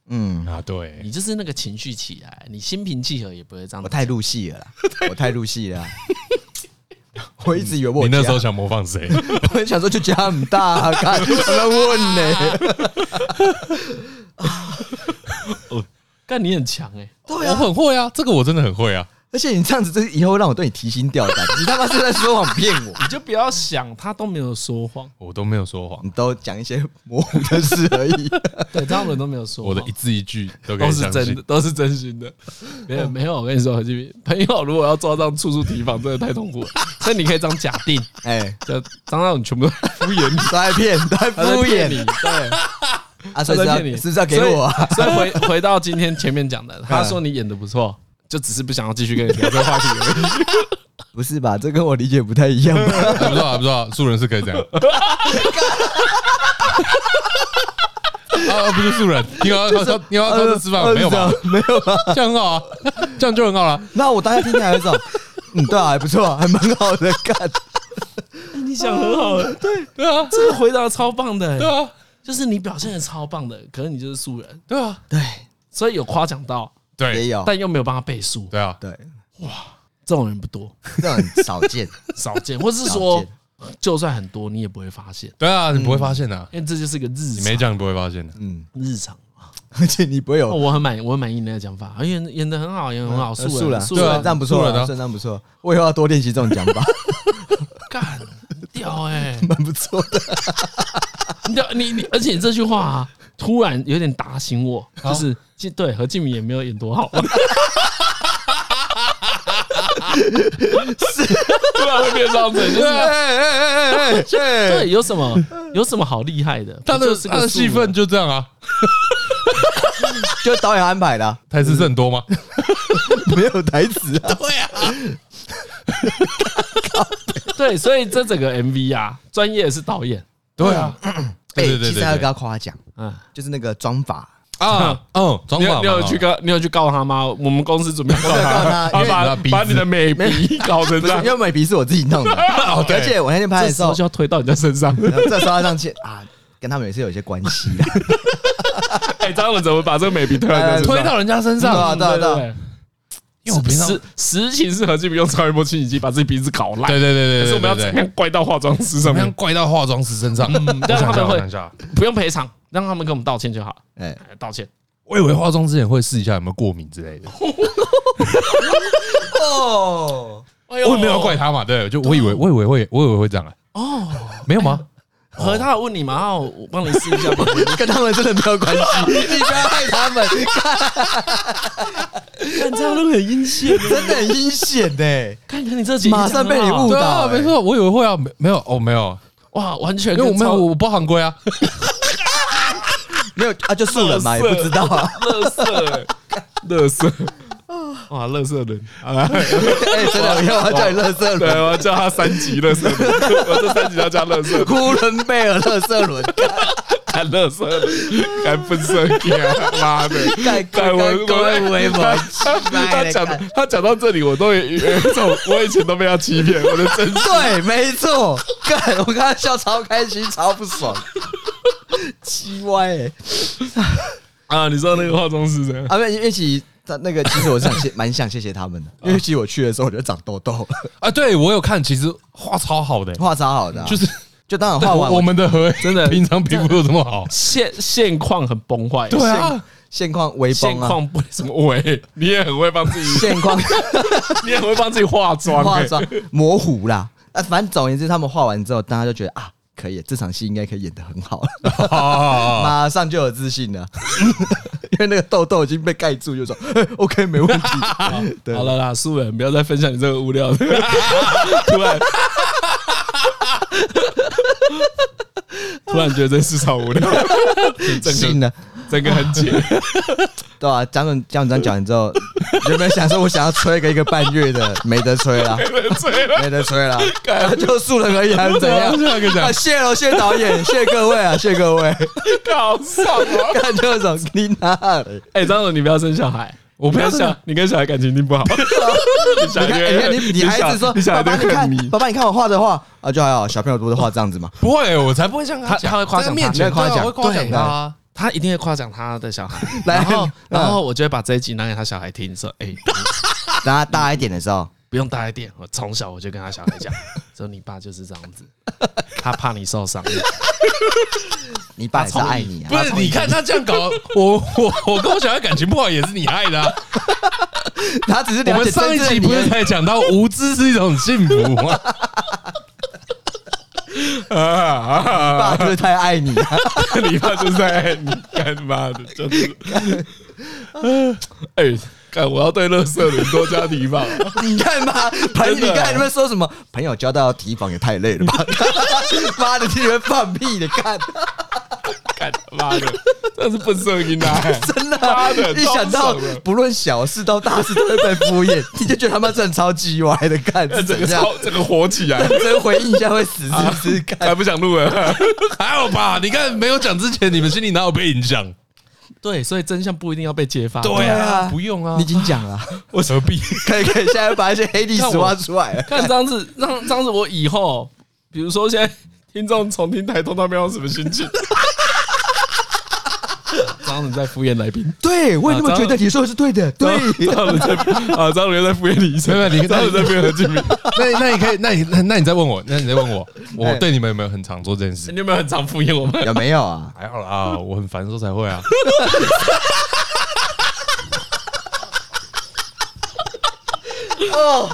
[SPEAKER 2] 嗯，
[SPEAKER 3] 啊！对，
[SPEAKER 1] 你就是那个情绪起来，你心平气和也不会这样
[SPEAKER 2] 我。太入戏 了啦，我太入戏了啦。 我一直以为我
[SPEAKER 3] 你
[SPEAKER 2] 有
[SPEAKER 3] 那时候
[SPEAKER 2] 加
[SPEAKER 3] 想模仿谁？
[SPEAKER 2] 我想说去加很大、啊，看我在问呢、
[SPEAKER 1] 但你很强哎、
[SPEAKER 2] 对
[SPEAKER 3] 我
[SPEAKER 2] 啊，
[SPEAKER 3] 很会啊，这个我真的很会啊。
[SPEAKER 2] 而且你这样子，这以后会让我对你提心吊胆。你他妈是在说谎骗我？
[SPEAKER 1] 你就不要想他都没有说谎，
[SPEAKER 3] 我都没有说谎，
[SPEAKER 2] 你都讲一些模糊的事而已。
[SPEAKER 1] 对，张伦都没有说
[SPEAKER 3] 我
[SPEAKER 1] 谎，
[SPEAKER 3] 的一字一句都可
[SPEAKER 1] 都
[SPEAKER 3] 以
[SPEAKER 1] 是
[SPEAKER 3] 相
[SPEAKER 1] 真的，
[SPEAKER 3] 信。
[SPEAKER 1] 都是真心的。 没有没有，我跟你说，何继平，朋友如果要做到这样处处提防，真的太痛苦 了。所以你可以这样假定，
[SPEAKER 2] 哎、
[SPEAKER 1] 就张大勇全部都敷衍你，
[SPEAKER 2] 都在骗，都在敷
[SPEAKER 1] 他在骗你
[SPEAKER 2] 衍。，
[SPEAKER 1] 对，
[SPEAKER 2] 啊，
[SPEAKER 1] 他
[SPEAKER 2] 所以
[SPEAKER 1] 在
[SPEAKER 2] 是要
[SPEAKER 1] 骗你，
[SPEAKER 2] 是不是要给我、啊？
[SPEAKER 1] 所以。所以回回到今天前面 讲的，他说你演的不错，就只是不想要继续跟你聊这个话题而已。
[SPEAKER 2] 不是吧？这跟我理解不太一样吧？
[SPEAKER 3] 还不错，还不错，素人是可以这样。啊，不是素人，你要要要你要要是 吃饭没有吧？
[SPEAKER 2] 没有吧？
[SPEAKER 3] 这样很好啊，这样就很好了。
[SPEAKER 2] 那我当下听起来有一种， 嗯，对啊，还不错啊，还蛮好的， 干。
[SPEAKER 1] 你想很好，对，
[SPEAKER 3] 对啊，
[SPEAKER 1] 这个回答超棒的、欸
[SPEAKER 3] 对啊，
[SPEAKER 1] 就是你表现的超棒的，可是你就是素人，
[SPEAKER 3] 对啊，
[SPEAKER 2] 对，
[SPEAKER 1] 所以有夸奖到，
[SPEAKER 2] 也
[SPEAKER 3] 对，
[SPEAKER 2] 有，
[SPEAKER 1] 但又没有帮他背书，
[SPEAKER 3] 对啊，
[SPEAKER 2] 对，
[SPEAKER 1] 这种人不多，
[SPEAKER 2] 这很少见。
[SPEAKER 1] 少见，或是
[SPEAKER 2] 少
[SPEAKER 1] 说
[SPEAKER 2] 见，
[SPEAKER 1] 就算很多，你也不会发现，
[SPEAKER 3] 对啊，你不会发现的啊，
[SPEAKER 1] 因为这就是个日
[SPEAKER 3] 你
[SPEAKER 1] 常
[SPEAKER 3] 没讲你不会发现的。
[SPEAKER 2] 嗯，
[SPEAKER 1] 日常。
[SPEAKER 2] 而且你不会
[SPEAKER 1] 哦，
[SPEAKER 2] 有
[SPEAKER 1] 我很满，我很满意你那个讲法，啊演演的很好，演的很好，素
[SPEAKER 2] 呃素
[SPEAKER 1] 人
[SPEAKER 2] 人，
[SPEAKER 1] 素
[SPEAKER 2] 素人
[SPEAKER 1] 人
[SPEAKER 2] 这样不错
[SPEAKER 3] 素人
[SPEAKER 2] 啊，
[SPEAKER 3] 啊
[SPEAKER 2] 素人这样不错。我以后要多练习这种讲法，
[SPEAKER 1] 干很屌哎，
[SPEAKER 2] 蛮不错的。
[SPEAKER 1] 你 屌你你，而且你这句话啊，突然有点打醒我，就是其对何敬明也没有演多好，
[SPEAKER 3] 对啊，会变这样子，对，哎哎哎哎，对，
[SPEAKER 1] 对，有什么有什么好厉害的？
[SPEAKER 3] 他
[SPEAKER 1] 不
[SPEAKER 3] 的
[SPEAKER 1] 就是个
[SPEAKER 3] 他的
[SPEAKER 1] 素人
[SPEAKER 3] 戏份就这样啊，
[SPEAKER 2] 就导演安排的啊，
[SPEAKER 3] 台词是很多吗？
[SPEAKER 2] 没有台词啊。
[SPEAKER 3] 对啊，
[SPEAKER 1] 对，所以这整个 MV 啊，专业是导演，
[SPEAKER 3] 对啊，
[SPEAKER 2] 哎
[SPEAKER 3] 对对，对
[SPEAKER 2] 其实
[SPEAKER 3] 对
[SPEAKER 2] 还要跟他夸奖，
[SPEAKER 1] 嗯，
[SPEAKER 2] 就是那个妆法，
[SPEAKER 3] 啊，嗯，妆
[SPEAKER 1] 你有
[SPEAKER 3] 法
[SPEAKER 1] 你有去告你有去告他吗？我们公司准备告他，
[SPEAKER 2] 我
[SPEAKER 1] 他
[SPEAKER 2] 有告他因为
[SPEAKER 1] 把
[SPEAKER 3] 他鼻子
[SPEAKER 1] 把你的美鼻搞成这
[SPEAKER 2] 不是
[SPEAKER 1] 样
[SPEAKER 2] 因，为美鼻是我自己弄的，
[SPEAKER 3] 对
[SPEAKER 2] 而且我那天拍
[SPEAKER 1] 这
[SPEAKER 2] 的
[SPEAKER 1] 时
[SPEAKER 2] 时
[SPEAKER 1] 候
[SPEAKER 2] 候，
[SPEAKER 1] 就要推到人家身上。
[SPEAKER 2] 然后这时候要上去啊，跟他们也是有一些关系的。
[SPEAKER 1] 哎，张文怎么把这个美鼻推到人家身上？
[SPEAKER 3] 推到人家身上，
[SPEAKER 2] 对啊对啊对啊
[SPEAKER 1] 啊。
[SPEAKER 3] 因为我平常
[SPEAKER 1] 实实情是何俊明用超音波清洗机把自己鼻子搞烂，
[SPEAKER 3] 对对对对对，
[SPEAKER 1] 可是我们要
[SPEAKER 3] 对
[SPEAKER 1] 怎样怪到化妆师
[SPEAKER 3] 怎
[SPEAKER 1] 上
[SPEAKER 3] 么样
[SPEAKER 1] 面？
[SPEAKER 3] 怪到化妆师身上？嗯，
[SPEAKER 1] 但他们会
[SPEAKER 3] 想一下，
[SPEAKER 1] 不用赔偿，让他们跟我们道歉就好了。
[SPEAKER 2] 哎，
[SPEAKER 1] 哎道歉，
[SPEAKER 3] 我以为化妆之前会试一下有没有过敏之类的，
[SPEAKER 2] 哦，
[SPEAKER 1] 我
[SPEAKER 3] 我也没有要怪他嘛，对，就我以为我以为会我以为会这样啊，
[SPEAKER 1] 哦。
[SPEAKER 3] 没有吗？
[SPEAKER 1] 何他有问你吗？哦我帮你试一下 吧。
[SPEAKER 2] 跟他们真的没有关系，你不要害他们，
[SPEAKER 1] 看这样都很阴险。
[SPEAKER 2] 真的很阴险呢。
[SPEAKER 1] 看看你这集
[SPEAKER 2] 马上被你误
[SPEAKER 3] 对
[SPEAKER 2] 导
[SPEAKER 3] 啊，没错，我以为会啊，没没有哦，没有，
[SPEAKER 1] 哇，完全
[SPEAKER 3] 因为我没有
[SPEAKER 1] 乐
[SPEAKER 3] 我不行规啊，
[SPEAKER 2] 没有啊，就素人嘛，也不知道啊。
[SPEAKER 1] 色，乐色，哇，乐色人。好啦
[SPEAKER 2] 哎，真的，要我要叫你乐色
[SPEAKER 1] 对，
[SPEAKER 2] 轮，
[SPEAKER 1] 我要叫他三级乐色人，我这三级要加乐色人，
[SPEAKER 2] 呼伦贝尔乐色轮，
[SPEAKER 1] 看啊乐色人，看分色呀， 妈的！
[SPEAKER 2] 盖
[SPEAKER 1] 在
[SPEAKER 2] 盖
[SPEAKER 1] 我
[SPEAKER 2] 我
[SPEAKER 1] 我
[SPEAKER 2] 我微博，
[SPEAKER 1] 他他讲
[SPEAKER 2] 干
[SPEAKER 1] 他讲到这里，我都有有一种我以前都被他欺骗，我的真
[SPEAKER 2] 对，没错，干，我刚刚笑超开心，超不爽，鸡歪欸。
[SPEAKER 1] 啊！你知道那个化妆师怎样？
[SPEAKER 2] 啊，没有，因为其实他那个，其实我是想 谢，蛮想谢谢他们的，因为其实我去的时候我就长痘痘了，
[SPEAKER 3] 啊，对我有看，其实画超好的，
[SPEAKER 2] 画超好的啊、
[SPEAKER 3] 就
[SPEAKER 2] 就是就当然画完
[SPEAKER 3] 我我们的和
[SPEAKER 1] 真的
[SPEAKER 3] 平常皮肤有这么好，
[SPEAKER 1] 现现况很崩坏，
[SPEAKER 3] 对啊，
[SPEAKER 2] 现况微
[SPEAKER 1] 现
[SPEAKER 2] 崩啊，
[SPEAKER 1] 况不什么喂， 你也很会帮自 己，
[SPEAKER 2] 现况
[SPEAKER 1] 你也很会帮自己化妆、
[SPEAKER 2] 化
[SPEAKER 1] 欸，
[SPEAKER 2] 妆模糊啦。啊，反正总而言之，他们画完之后，大家就觉得啊，可以，这场戏应该可以演得很好了，
[SPEAKER 3] 啊，
[SPEAKER 2] 马上就有自信了， 因为那个痘痘已经被盖住，就说、哎 OK 没问题。 对
[SPEAKER 1] 好，了啦，素人，不要再分享你这个无 聊的，突然。突然觉得这市场无聊，整
[SPEAKER 2] 信
[SPEAKER 1] 个
[SPEAKER 2] 了，
[SPEAKER 1] 整个很解。
[SPEAKER 2] 对吧、啊？蒋总蒋总这样讲完之后，有没有想说我想要吹个一个半月的，没得吹 了。
[SPEAKER 1] 对了，
[SPEAKER 2] 没得吹了，就素人而已，还是怎 样？
[SPEAKER 3] 对啊跟你讲
[SPEAKER 2] 啊，谢喽，谢导演，谢各位 啊，谢各位。
[SPEAKER 1] 好爽啊！
[SPEAKER 2] 看这种你哪里？
[SPEAKER 1] 哎、张总，你不要生小孩，我
[SPEAKER 3] 不要生
[SPEAKER 1] 想，你跟小孩感情一定不好。你小
[SPEAKER 2] 你看，你看，你你孩子说，
[SPEAKER 1] 你小
[SPEAKER 2] 爸
[SPEAKER 1] 孩在
[SPEAKER 2] 爸，你
[SPEAKER 1] 恨
[SPEAKER 2] 看，
[SPEAKER 1] 你，
[SPEAKER 2] 爸爸，你看我画的画啊，就还好，小朋友不是画这样子嘛？
[SPEAKER 3] 不会，我才不会这样跟
[SPEAKER 1] 他他会夸奖
[SPEAKER 3] 在
[SPEAKER 1] 他
[SPEAKER 3] 面前
[SPEAKER 2] 你会夸奖
[SPEAKER 3] 对啊我会夸奖
[SPEAKER 1] 对
[SPEAKER 3] 他啊，
[SPEAKER 1] 他一定会夸奖他的 小孩。
[SPEAKER 2] 来
[SPEAKER 1] 然后，
[SPEAKER 2] 嗯
[SPEAKER 1] 然后我就会把这一集拿给他小孩听，说：“哎、
[SPEAKER 2] 等他大一点的时候，
[SPEAKER 1] 不用大一点，我从小我就跟他小孩 讲，说你爸就是这样子，他怕你受伤。
[SPEAKER 2] 你爸也是爱你
[SPEAKER 3] 不
[SPEAKER 2] 啊。
[SPEAKER 3] 是，你看他这样搞， 我我我跟我小孩感情不好也是你害 的啊。
[SPEAKER 2] 他只是
[SPEAKER 3] 我
[SPEAKER 2] 了
[SPEAKER 3] 们
[SPEAKER 2] 解
[SPEAKER 3] 上
[SPEAKER 2] 真
[SPEAKER 3] 一
[SPEAKER 2] 正
[SPEAKER 3] 集
[SPEAKER 2] 的
[SPEAKER 3] 不
[SPEAKER 2] 你而
[SPEAKER 3] 是
[SPEAKER 2] 已。
[SPEAKER 3] 才讲到无知是一种幸福 吗？啊，
[SPEAKER 2] 爸就是太爱你啊，
[SPEAKER 1] 你爸就是在爱你干妈的，就是。哎、看我要对乐色人多加提防。
[SPEAKER 2] 你看嘛，
[SPEAKER 3] 啊
[SPEAKER 2] 朋友，
[SPEAKER 1] 真的
[SPEAKER 2] 你刚才那边说什么？朋友 交到提防也太累了吧？妈的，你们放屁的，看
[SPEAKER 3] 干妈的，真 是笨色音啊！
[SPEAKER 2] 真的
[SPEAKER 3] 妈的
[SPEAKER 2] 一想
[SPEAKER 3] 超
[SPEAKER 2] 到
[SPEAKER 3] 爽的
[SPEAKER 2] 不论小事到大事都会被敷衍，你就觉得他妈真的超级歪的，干是
[SPEAKER 3] 哎整个
[SPEAKER 2] 怎样？
[SPEAKER 3] 超整个火起来，
[SPEAKER 2] 真回应一下会死是 不是？干
[SPEAKER 3] 啊还不想录了， 还好吧？你看没有讲之前，你们心里哪有被影响？
[SPEAKER 1] 对，所以真相不一定要被揭发。
[SPEAKER 2] 对啊
[SPEAKER 3] 不用啊
[SPEAKER 2] 你已，经讲了，
[SPEAKER 3] 我 何必？
[SPEAKER 2] 可以可以，现在把一些黑历史挖出来了。
[SPEAKER 1] 看这样子，让这样子，我以后，比如说现在听众重听台通，他们要什么心情？这样子在敷衍来 宾，
[SPEAKER 2] 对，我也那么
[SPEAKER 1] 啊
[SPEAKER 2] 觉得，你说的是对的，对。
[SPEAKER 1] 这样子在啊，这样子在敷衍李医生，
[SPEAKER 3] 没有 你
[SPEAKER 1] 这样子在敷衍何俊明。
[SPEAKER 3] 那那你可以，那你那那你再问我，那你再问 我，我
[SPEAKER 2] 哎
[SPEAKER 3] 对你们有没有很常做这件事？
[SPEAKER 1] 哎你有没有很常敷衍我们？
[SPEAKER 2] 有没有啊？
[SPEAKER 3] 还好啦，我很烦的时候才会啊。
[SPEAKER 2] 哦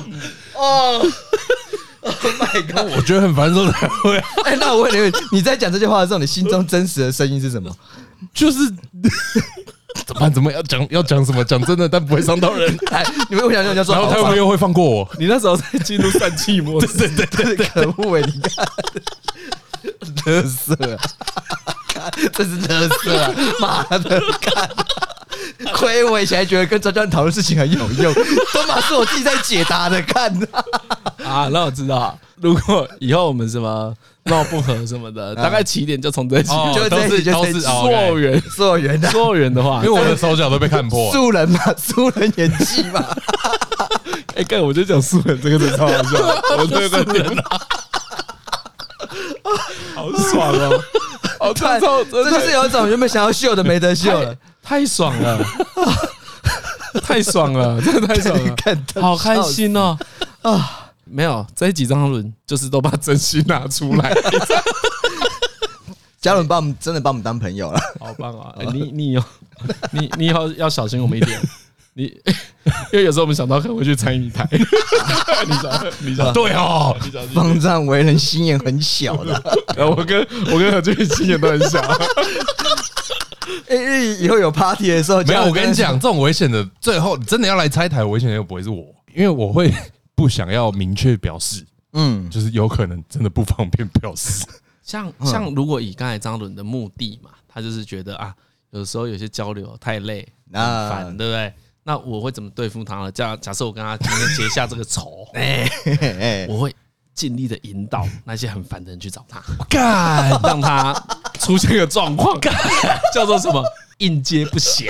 [SPEAKER 2] 哦，Oh my god！
[SPEAKER 3] 我觉得很烦的时候才会啊，
[SPEAKER 2] 哎、那我问你一个问题，你在讲这句话的时候，你心中真实的声音是 什么？
[SPEAKER 3] 就是怎么办？怎么要讲要讲什么？讲真的，但不会伤到人。
[SPEAKER 2] 哎，你们我想人家说
[SPEAKER 3] 然
[SPEAKER 2] 好
[SPEAKER 3] 后
[SPEAKER 2] 吧，
[SPEAKER 3] 他会不会又会放过我？
[SPEAKER 1] 你那时候在进入散气模式，对对对，
[SPEAKER 2] 可恶哎！你看，乐色，啊这是乐色 啊！妈的，看，亏我以前还觉得跟张教练讨论事情很有用，他妈是我自己在解答的，看，
[SPEAKER 1] 啊，那我知道。如果以后我们什么闹不和什么的，大概起点就从嗯这起。
[SPEAKER 3] 哦
[SPEAKER 2] 就
[SPEAKER 3] 都
[SPEAKER 2] 这一
[SPEAKER 3] 是
[SPEAKER 2] 集就
[SPEAKER 3] 都
[SPEAKER 2] 这一
[SPEAKER 3] 是
[SPEAKER 2] 集
[SPEAKER 3] 哦
[SPEAKER 1] 溯
[SPEAKER 3] ，OK，
[SPEAKER 1] 源，
[SPEAKER 2] 溯源的
[SPEAKER 1] 溯源的话
[SPEAKER 3] 因为，我的手脚都被看破。
[SPEAKER 2] 素啊人嘛，素人演技嘛，
[SPEAKER 1] 哎，干我就讲溯源这个字超好笑，
[SPEAKER 3] 我这个点啊，
[SPEAKER 1] 好爽 哦，好
[SPEAKER 2] 看，这就是有一种原本想要秀的没得秀了
[SPEAKER 1] 太，太爽了， 太爽了， 真的太爽了，
[SPEAKER 2] 看到
[SPEAKER 1] 好开心哦啊！没有这一几张轮，就是都把真心拿出来，
[SPEAKER 2] 嘉伦把我们真的把我们当朋 友了，
[SPEAKER 1] 好棒啊！哎你你有 你你以后要小心我们一点，你 因为有时候我们想到可能会去参与你台， 你想你想
[SPEAKER 3] 对哦，
[SPEAKER 2] 方丈为人心眼很小的。
[SPEAKER 1] 然后我跟我跟何俊宇心眼都很小，
[SPEAKER 2] 哎、以后有 party 的时候，
[SPEAKER 3] 没有，
[SPEAKER 2] 嘉伦
[SPEAKER 3] 我跟你
[SPEAKER 2] 真的是
[SPEAKER 3] 讲，这种危险的，最后真的要来拆台，危险的又不会是我，因为我会 不想要明确表示，
[SPEAKER 2] 嗯，
[SPEAKER 3] 就是有可能真的不方便表示。
[SPEAKER 1] 像像如果以刚才张伦的目的嘛，他就是觉得啊，有时候有些交流太累、很
[SPEAKER 2] 啊
[SPEAKER 1] 烦，对不对？那我会怎么对付他呢？假假设我跟他今天结下这个 仇，
[SPEAKER 2] 嘿嘿嘿
[SPEAKER 1] 我会尽力的引 导那些很烦的人去 找他，
[SPEAKER 3] 干，
[SPEAKER 1] 让他出现个状况，叫做什么应接不 暇。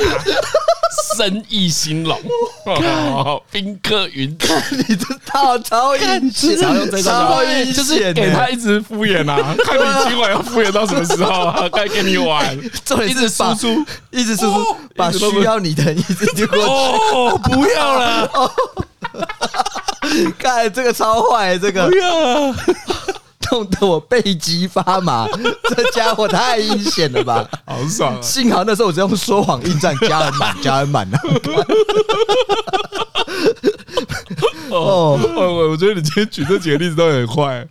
[SPEAKER 1] 生意兴隆，哦宾客云集，
[SPEAKER 2] 你这套超阴险，
[SPEAKER 1] 常用这招
[SPEAKER 2] 超
[SPEAKER 1] 欸
[SPEAKER 2] 阴
[SPEAKER 1] 就是
[SPEAKER 2] 险
[SPEAKER 1] 给
[SPEAKER 2] 欸
[SPEAKER 1] 他一直敷衍 啊，看你今晚要敷衍到什么时候啊，该跟你玩。
[SPEAKER 2] 重点
[SPEAKER 1] 一直
[SPEAKER 2] 是
[SPEAKER 1] 输
[SPEAKER 2] 把
[SPEAKER 1] 出，
[SPEAKER 2] 一直输出
[SPEAKER 1] 哦，
[SPEAKER 2] 把
[SPEAKER 1] 一直都不
[SPEAKER 2] 需要你的人一直丢过
[SPEAKER 1] 哦，不要了，
[SPEAKER 2] 去。 看这个超坏，欸这个
[SPEAKER 1] 不要啊了，
[SPEAKER 2] 弄得我背脊发麻， 这家伙太阴险了吧！
[SPEAKER 1] 好爽啊！
[SPEAKER 2] 幸好那时候我只用说谎应战，加恩满，加恩满啊！
[SPEAKER 1] 哦，我我觉得你今天举这几个例子都很坏。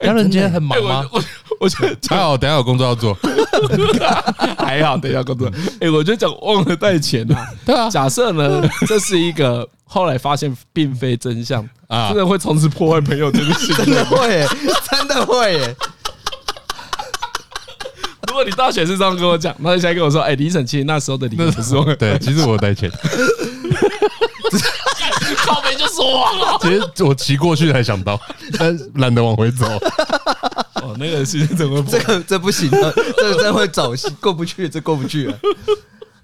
[SPEAKER 3] 杨伦今天很
[SPEAKER 1] 哎，
[SPEAKER 3] 忙吗
[SPEAKER 1] 我？我我觉得
[SPEAKER 3] 还好，等一下有工作要 做。
[SPEAKER 1] 还好，等一下工作。
[SPEAKER 2] 嗯
[SPEAKER 1] 哎，我觉得讲忘了带钱啊。
[SPEAKER 3] 对啊
[SPEAKER 1] 假设呢，这是一个后来发现并非真相
[SPEAKER 3] 啊
[SPEAKER 1] 啊，真的会从此破坏朋友这个 信
[SPEAKER 2] 真
[SPEAKER 1] 任
[SPEAKER 2] 的。会欸，真的会欸，
[SPEAKER 1] 如果你大学是这样跟我讲，那你现在跟我说，哎，李晨其实那时候的理由不是我，
[SPEAKER 3] 对，其实我有带 钱，
[SPEAKER 1] 靠背就说谎了。
[SPEAKER 3] 其实我骑过去才想到，但懒得往回走。
[SPEAKER 1] 哦，那个信任怎么
[SPEAKER 2] 这个这不行啊，这个真会走心，过不去，这过不去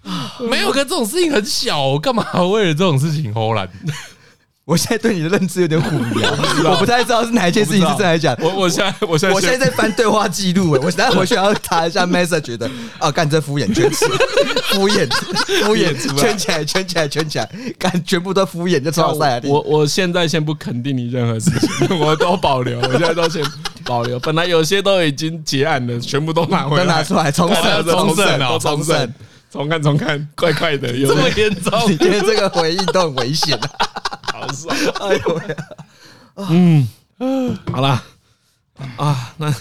[SPEAKER 2] 啊！
[SPEAKER 3] 没有，可这种事情很小，我干嘛为了这种事情偷懒？
[SPEAKER 2] 我现在对你的认知有点混淆，我不太知道是哪一件事情是真的还是假的。
[SPEAKER 1] 我我现在我现在
[SPEAKER 2] 我现在在翻对话记录，哎，我等下回去还要查一 下 message，觉得啊，干这敷衍圈起来，敷衍敷衍圈起来，圈起来，圈起来，干全部都敷衍，就超啊赛
[SPEAKER 1] 我我现在先不肯定你任何事情， 我都保留，我现在都先保留。本来有些都已经结案了，全部都拿回来，
[SPEAKER 2] 都拿出来重审，
[SPEAKER 1] 重审
[SPEAKER 2] 审，
[SPEAKER 1] 哦，
[SPEAKER 2] 重
[SPEAKER 1] 重审
[SPEAKER 2] 审。，
[SPEAKER 1] 重看重看，快快的，有这么严重，
[SPEAKER 2] 你觉得这个回应都很危险啊！
[SPEAKER 1] 好爽。
[SPEAKER 2] 哎呦喂，
[SPEAKER 1] 好啦，啊，那啊，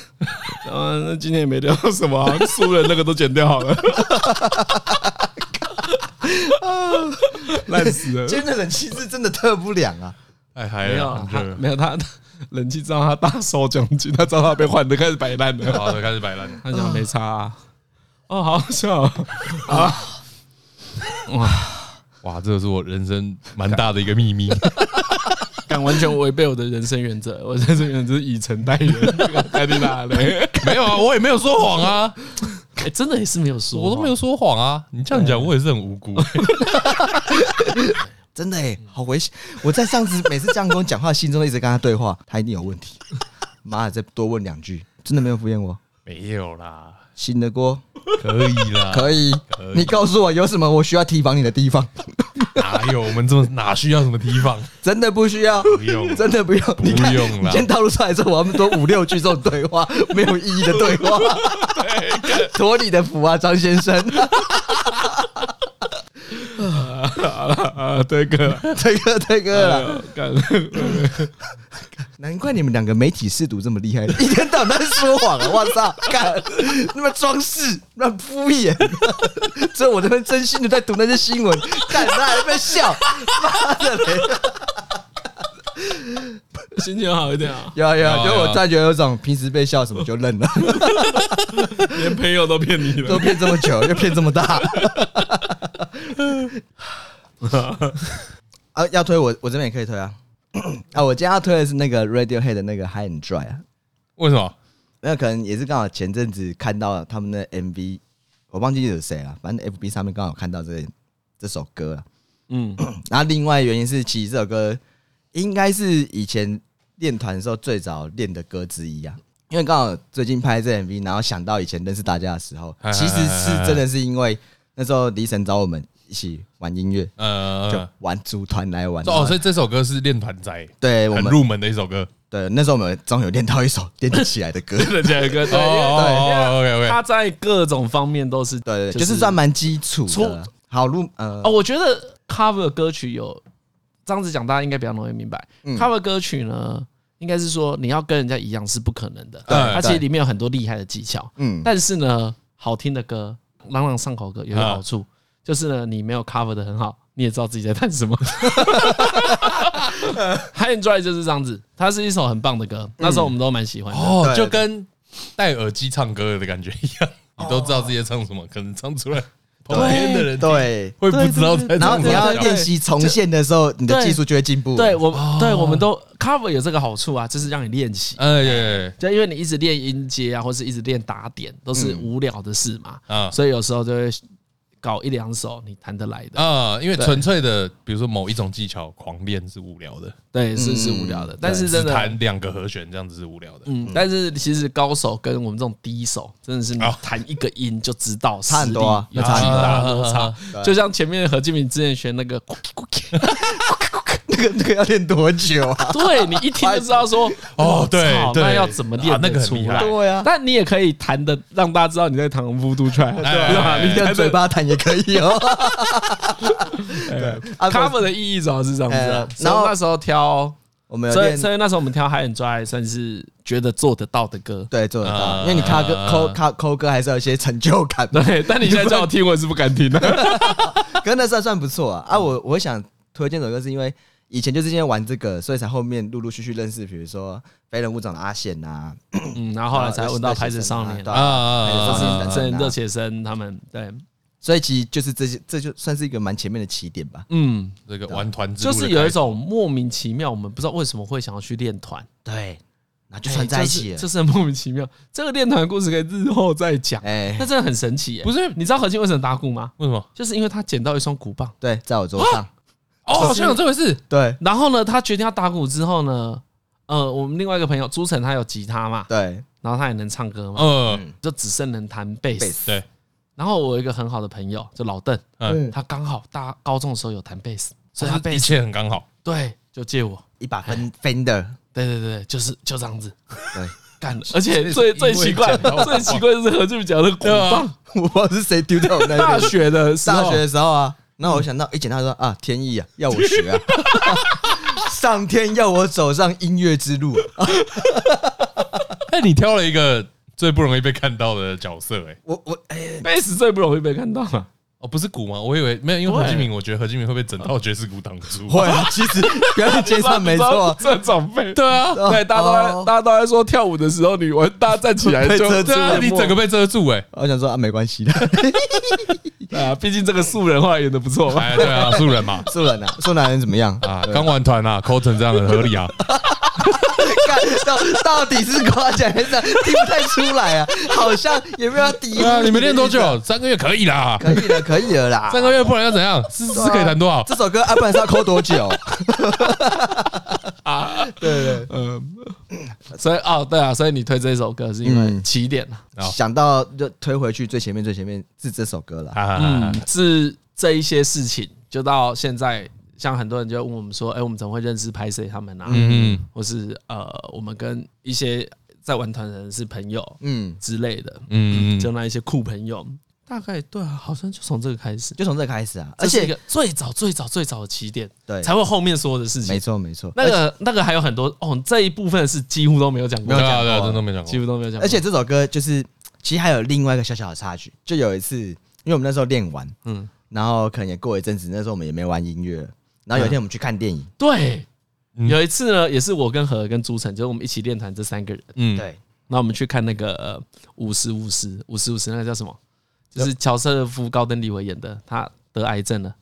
[SPEAKER 1] 那今天也没聊到什么、 啊，输了那个都剪掉好了，烂死了。
[SPEAKER 2] 今天的冷气是真的特不良啊！
[SPEAKER 3] 哎，还
[SPEAKER 1] 没有，他没有他，冷气知道 他大手奖金，他知道他被换的开始摆烂了。
[SPEAKER 3] 好的，开始摆烂。
[SPEAKER 1] 他讲没差、啊。哦，好好笑哦
[SPEAKER 3] 哇，这个是我人生蛮大的一个 秘密。
[SPEAKER 1] 敢完全违背我的人生原则，我的人生原则是以诚待 人，太厉害嘞！
[SPEAKER 3] 没有啊，我也没有说 谎啊，
[SPEAKER 1] 哎，真的也是没有说，
[SPEAKER 3] 我都没有说谎啊。你这样讲，我也是很无 辜。
[SPEAKER 2] 真的哎、好危险！我在上次每次这样跟我讲话，心中一直跟他对话，他一定有问题。妈的，再多问两句，真的没有敷衍我。
[SPEAKER 3] 没有啦，
[SPEAKER 2] 新的锅
[SPEAKER 3] 可以 啦，
[SPEAKER 2] 可以，你告诉我有什么我需要提防你的地方？
[SPEAKER 3] 哪有我们这么哪需要什么提防？
[SPEAKER 2] 真的不需要，
[SPEAKER 3] 不用
[SPEAKER 2] 真的不用，
[SPEAKER 3] 不用
[SPEAKER 2] 你
[SPEAKER 3] 啦
[SPEAKER 2] 先套路出来之后，我们多五六句这种对话，没有意义的对话，托你的福啊，张先生，
[SPEAKER 1] 啊，对 哥，
[SPEAKER 2] 这个这个啦，
[SPEAKER 1] 干
[SPEAKER 2] 难怪你们两个媒体试读这么厉害， 一天到晚在说谎啊！我操， 干那么装饰，那么敷衍， 这我这边真心的在读那些新闻， 干他还在那边笑，妈的嘞！
[SPEAKER 1] 心情好一点啊，
[SPEAKER 2] 有啊有啊，
[SPEAKER 3] 有啊
[SPEAKER 2] 就我突然觉得有种平时被笑什么就认了，
[SPEAKER 1] 连朋友都骗你
[SPEAKER 2] 都
[SPEAKER 1] 了。
[SPEAKER 2] 骗这么久，又骗这么大。啊，要推我我这边也可以推啊。 啊，我今天要推的是那个 Radiohead 的那个 High and Dry 啊，
[SPEAKER 3] 为什么？
[SPEAKER 2] 那可能也是刚好前阵子看到他们的 MV，我忘记有谁了，反正 FB 上面刚好看到这这首歌了。
[SPEAKER 1] 嗯，
[SPEAKER 2] 然后另外原因是，其实这首歌应该是以前练团的时候最早练的歌之一啊。因为刚好最近拍这 MV，然后想到以前认识大家的时 候，
[SPEAKER 3] 嗨嗨
[SPEAKER 2] 其实是
[SPEAKER 3] 嗨嗨
[SPEAKER 2] 真的是因为那时候黎晨找我们一起玩音乐，就
[SPEAKER 3] 呃，
[SPEAKER 2] 玩组团来玩。
[SPEAKER 3] 哦，所以这首歌是练团仔
[SPEAKER 2] 对我
[SPEAKER 3] 很
[SPEAKER 2] 们
[SPEAKER 3] 入门的一首歌。
[SPEAKER 2] 对那时候我们终于有练到一首 练得起来的歌，
[SPEAKER 1] 真的假的哥？
[SPEAKER 3] 哦哦，OK OK，
[SPEAKER 1] 他在各种方面都是
[SPEAKER 2] 对，就是算蛮基础的。好入呃
[SPEAKER 1] 哦，，我觉得 cover 歌曲有这样子讲，大家应该比较容易明白。
[SPEAKER 2] 嗯
[SPEAKER 1] cover 歌曲呢，应该是说你要跟人家一样是不可能的，
[SPEAKER 3] 对
[SPEAKER 1] 它其实
[SPEAKER 2] 对
[SPEAKER 1] 里面有很多厉害的技巧。
[SPEAKER 2] 嗯，
[SPEAKER 1] 但是呢，好听的歌朗朗上口歌有一个好处，就是呢，你没有 cover 的很好，你也知道自己在弹什 么。High and Dry 就是这样子，它是一首很棒的歌，那
[SPEAKER 2] 嗯
[SPEAKER 1] 时候我们都蛮喜欢的。
[SPEAKER 3] 哦，
[SPEAKER 2] 对
[SPEAKER 3] 就跟戴耳机唱歌的感觉一样，
[SPEAKER 1] 哦
[SPEAKER 3] 你都知道自己在唱什么，可能唱出来旁边的人
[SPEAKER 2] 对。
[SPEAKER 3] 会不知道在
[SPEAKER 2] 然后
[SPEAKER 3] 唱什
[SPEAKER 2] 你
[SPEAKER 3] 么。
[SPEAKER 2] 要练习重现的时候，你的技术就会进步。
[SPEAKER 1] 对，我，
[SPEAKER 3] 哦
[SPEAKER 1] 对我们都 cover 有这个好处啊，就是让你练习。
[SPEAKER 3] 哎呀，
[SPEAKER 1] 就因为你一直练音阶啊，或是一直练打点，都是
[SPEAKER 3] 嗯
[SPEAKER 1] 无聊的事嘛，
[SPEAKER 3] 啊
[SPEAKER 1] 所以有时候就会搞一两首你弹得来的，
[SPEAKER 3] 啊，因为纯粹的，比如说某一种技巧狂练是无聊的，
[SPEAKER 1] 对，是是无聊的，但是
[SPEAKER 3] 只
[SPEAKER 1] 真的，
[SPEAKER 3] 嗯弹两个和弦这样子是无聊的。
[SPEAKER 1] 嗯，但是其实高手跟我们这种低手，真的是
[SPEAKER 3] 哦
[SPEAKER 1] 你弹一个音就知道实
[SPEAKER 2] 差很
[SPEAKER 1] 力
[SPEAKER 2] 多啊
[SPEAKER 1] 有
[SPEAKER 2] 那差
[SPEAKER 1] 巨
[SPEAKER 2] 很
[SPEAKER 1] 大
[SPEAKER 3] 多
[SPEAKER 1] 落差
[SPEAKER 3] 啊，
[SPEAKER 1] 就像前面何敬明之前学那个，
[SPEAKER 2] 那个那个要练多久啊？
[SPEAKER 1] 对你一听就知道说，
[SPEAKER 3] 哦，对
[SPEAKER 1] 操，
[SPEAKER 3] 对
[SPEAKER 1] 那要怎么
[SPEAKER 3] 啊
[SPEAKER 1] 练
[SPEAKER 3] 那
[SPEAKER 1] 得
[SPEAKER 3] 个
[SPEAKER 1] 出
[SPEAKER 3] 很厉
[SPEAKER 1] 来
[SPEAKER 3] 害。
[SPEAKER 2] 对啊，
[SPEAKER 1] 但你也可以弹的让大家知道你在弹幅度出来， 对
[SPEAKER 3] 哎
[SPEAKER 1] 吧？你
[SPEAKER 2] 用嘴巴弹也可以哦。对啊
[SPEAKER 1] cover 的意义主要是这样子啊
[SPEAKER 2] 呃。
[SPEAKER 1] 然
[SPEAKER 2] 然
[SPEAKER 1] 后
[SPEAKER 2] 后
[SPEAKER 1] 那时候挑，
[SPEAKER 2] 我们有
[SPEAKER 1] 所以
[SPEAKER 2] 练，
[SPEAKER 1] 所以那时候我们挑《海很抓》还算是觉得做得到的歌。
[SPEAKER 2] 对，做得到。
[SPEAKER 3] 呃
[SPEAKER 1] 啊
[SPEAKER 2] 因为你卡歌抠卡抠歌还是有一些成就感的，
[SPEAKER 1] 对，但你现在叫我听，我是不敢听的。
[SPEAKER 2] 可是那算算不错啊。啊，
[SPEAKER 1] 嗯
[SPEAKER 2] 我我想推荐这首歌是因为以前就是因为玩这个，所以才后面陆陆续续认识，比如说飞人物长的阿啊显呐，
[SPEAKER 1] 嗯，然后后来才闻到拍子少年
[SPEAKER 2] 对，
[SPEAKER 3] 啊
[SPEAKER 2] 啊
[SPEAKER 3] 啊
[SPEAKER 2] 还有
[SPEAKER 1] 就
[SPEAKER 2] 这
[SPEAKER 3] 啊
[SPEAKER 2] 是
[SPEAKER 1] 是
[SPEAKER 3] 啊！
[SPEAKER 2] 男
[SPEAKER 1] 真
[SPEAKER 2] 生
[SPEAKER 1] 人
[SPEAKER 2] 啊
[SPEAKER 1] 热血生他们。对，
[SPEAKER 2] 所以其实就是这些，这就算是一个蛮前面的起点吧。
[SPEAKER 1] 嗯，
[SPEAKER 3] 这个玩团之
[SPEAKER 1] 就
[SPEAKER 3] 路的
[SPEAKER 1] 是有
[SPEAKER 3] 开
[SPEAKER 1] 一
[SPEAKER 3] 始
[SPEAKER 1] 种莫名其妙，我们不知道为什么会想要去练团，
[SPEAKER 2] 对，然后就串在一起
[SPEAKER 1] 哎
[SPEAKER 2] 了
[SPEAKER 1] 就。是就是很莫名其妙。这个练团的故事可以日后再讲，
[SPEAKER 2] 哎
[SPEAKER 1] 那，真的很神奇耶。
[SPEAKER 3] 不是
[SPEAKER 1] 你知道何静为什么打鼓吗？
[SPEAKER 3] 为什么？
[SPEAKER 1] 就是因为他捡到一双鼓棒。
[SPEAKER 2] 对，在我桌上，
[SPEAKER 3] 哦，好像有这回事。
[SPEAKER 2] 对
[SPEAKER 1] 然后呢，他决定要打鼓之后呢，呃，我们另外一个朋友朱晨他有吉他嘛，
[SPEAKER 2] 对，
[SPEAKER 1] 然后他也能唱歌嘛，
[SPEAKER 3] 嗯，
[SPEAKER 1] 就只剩能弹贝
[SPEAKER 2] 贝
[SPEAKER 1] 斯。
[SPEAKER 2] 斯，
[SPEAKER 3] 对，
[SPEAKER 1] 然后我有一个很好的朋友，就老邓，
[SPEAKER 3] 嗯，哦
[SPEAKER 1] 他刚好大高中的时候有弹贝斯，所以他
[SPEAKER 3] 他
[SPEAKER 1] 贝
[SPEAKER 3] 一
[SPEAKER 1] 斯
[SPEAKER 3] 切很刚好。
[SPEAKER 1] 对就借我，
[SPEAKER 2] 一把分分的，
[SPEAKER 1] 对对对，就是就这样 子
[SPEAKER 2] 对，
[SPEAKER 1] 干了。而且最
[SPEAKER 3] 因为
[SPEAKER 1] 最奇怪，
[SPEAKER 3] 讲到
[SPEAKER 1] 最奇怪的是何俊讲的鼓棒，
[SPEAKER 2] 我不知道是谁丢在我
[SPEAKER 3] 啊
[SPEAKER 2] 那
[SPEAKER 1] 大
[SPEAKER 2] 边。
[SPEAKER 1] 学的时候
[SPEAKER 2] 大学啊的时候啊，那我想到一捡到说啊，天意啊，要我学啊， 上天要我走上音乐之路啊。
[SPEAKER 3] 哎，你挑了一个最不容易被看到的角色，哎，
[SPEAKER 2] 我我哎，
[SPEAKER 1] 贝斯最不容易被看到了。
[SPEAKER 3] 哦，不是鼓吗？我以为没有，因为
[SPEAKER 1] 对
[SPEAKER 3] 何敬明，我觉得何敬明会被整套爵士鼓挡住。
[SPEAKER 2] 会啊，其实表演街上没错，
[SPEAKER 1] 这种被对啊，
[SPEAKER 2] 哦
[SPEAKER 1] 对，大家都在、
[SPEAKER 2] 哦
[SPEAKER 1] 大家都在说跳舞的时候，你我大家站起来
[SPEAKER 2] 被
[SPEAKER 1] 就
[SPEAKER 2] 遮住
[SPEAKER 3] 对啊，
[SPEAKER 1] 你
[SPEAKER 3] 你
[SPEAKER 1] 整
[SPEAKER 3] 整
[SPEAKER 1] 个
[SPEAKER 3] 个被遮住哎、
[SPEAKER 2] 我想说啊，没关系的，
[SPEAKER 1] 啊，毕竟这个素人话演的不错嘛。
[SPEAKER 3] 哎，对啊，素人嘛，
[SPEAKER 2] 素人啊，素男人怎么样？
[SPEAKER 3] 啊，刚玩团啊，抠成这样很合理啊。
[SPEAKER 2] 干到到底是夸奖还是听不太出来啊？好像也没有要诋
[SPEAKER 3] 对啊，
[SPEAKER 2] 毁。
[SPEAKER 3] 你们练多？久？三个月可以啦，
[SPEAKER 2] 可 以了，可以了啦。
[SPEAKER 3] 三个月不然要怎样？是是可以弹多少？
[SPEAKER 2] 这首歌啊，不然是要抠 多久？对
[SPEAKER 1] 嗯，所以哦，对啊，所以你推这首歌是因为
[SPEAKER 2] 嗯
[SPEAKER 1] 起点啊，
[SPEAKER 2] 对，想到就推回去最前面，最前面是这首歌了。
[SPEAKER 1] 嗯
[SPEAKER 3] 啊，，
[SPEAKER 1] 自这一些事情，就到现在，像很多人就问我们说，哎、我们怎么会认识拍谁他们啊？
[SPEAKER 3] 嗯
[SPEAKER 1] 或是呃，我们跟一些在玩团的人是朋友
[SPEAKER 2] 嗯，
[SPEAKER 1] 之类的，
[SPEAKER 3] 嗯
[SPEAKER 1] 就那一些酷朋友，大概对啊，好像就从这个开始，
[SPEAKER 2] 就从这开始啊。而
[SPEAKER 1] 这是一
[SPEAKER 2] 且
[SPEAKER 1] 个最早最早最早的起点，
[SPEAKER 2] 对
[SPEAKER 1] 才会后面所有的事
[SPEAKER 2] 没
[SPEAKER 1] 情。
[SPEAKER 2] 错没错，
[SPEAKER 1] 那个那个还有很多哦，这一部分是几乎都没有讲过，
[SPEAKER 3] 对啊，对啊，
[SPEAKER 2] 过
[SPEAKER 3] 真的没讲
[SPEAKER 1] 几
[SPEAKER 3] 过。
[SPEAKER 1] 乎都没有讲过，
[SPEAKER 2] 而且这首歌就是其实还有另外一个小小的插曲，就有一次，因为我们那时候练完，
[SPEAKER 1] 嗯，
[SPEAKER 2] 然后可能也过一阵子，那时候我们也没玩音乐了。然后有一天我们去看电影，
[SPEAKER 1] 对。
[SPEAKER 3] 嗯
[SPEAKER 1] 有一次呢，也是我跟何跟朱晨，就是我们一起练团这三个人，
[SPEAKER 3] 嗯，
[SPEAKER 2] 对，
[SPEAKER 1] 那我们去看那个呃五十五十五十五十，那个叫什么？就是乔瑟夫·高登·李维演的，他得癌症了。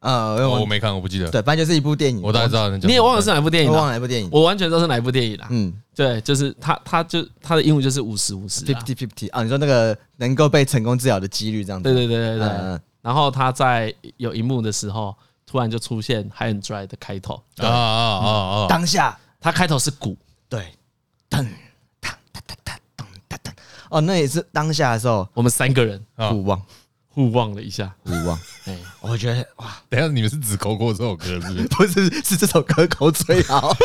[SPEAKER 2] 呃，因为
[SPEAKER 3] 哦，
[SPEAKER 2] 我
[SPEAKER 3] 我没看，我不记得。
[SPEAKER 2] 对，反正就是一部电影，
[SPEAKER 3] 我大概知道你讲。
[SPEAKER 1] 你也忘了是哪部电影
[SPEAKER 2] 我忘
[SPEAKER 1] 了？
[SPEAKER 2] 了一部电影，
[SPEAKER 1] 哎我完全知道是哪一部电影啦。
[SPEAKER 2] 嗯
[SPEAKER 1] 对，就是他，他就他的英文就是五十五十。
[SPEAKER 2] ，fifty fifty 啊，你说那个能够被成功治疗的几率这样子，
[SPEAKER 1] 对对对对对。
[SPEAKER 2] 嗯，
[SPEAKER 1] 然后他在有一幕的时候，突然就出现《High and Dry》的开头，
[SPEAKER 3] 啊啊啊 啊啊！
[SPEAKER 2] 当下
[SPEAKER 1] 他开头是鼓，
[SPEAKER 2] 对，噔噔噔噔噔噔噔噔，哦，那也是当下的时候
[SPEAKER 1] 我们三个人
[SPEAKER 3] 啊
[SPEAKER 2] 互望
[SPEAKER 1] 互望了一下。
[SPEAKER 2] 互望，
[SPEAKER 1] 哦哎，
[SPEAKER 2] 我觉得哇，
[SPEAKER 3] 等一下你们是只抠过这首歌是不 是？
[SPEAKER 2] 不是是这首歌口最好，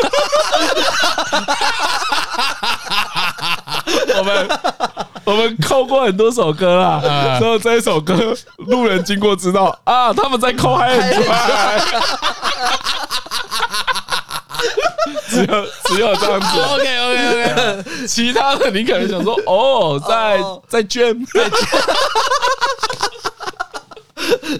[SPEAKER 1] 我们 我们扣过很多首歌啦，
[SPEAKER 3] 啊
[SPEAKER 1] 然后这一首歌路人经过知道啊，他们在扣嗨很久，只有只有这样子。OK OK OK，其他的你可能想说哦，在
[SPEAKER 2] 哦
[SPEAKER 1] 在卷，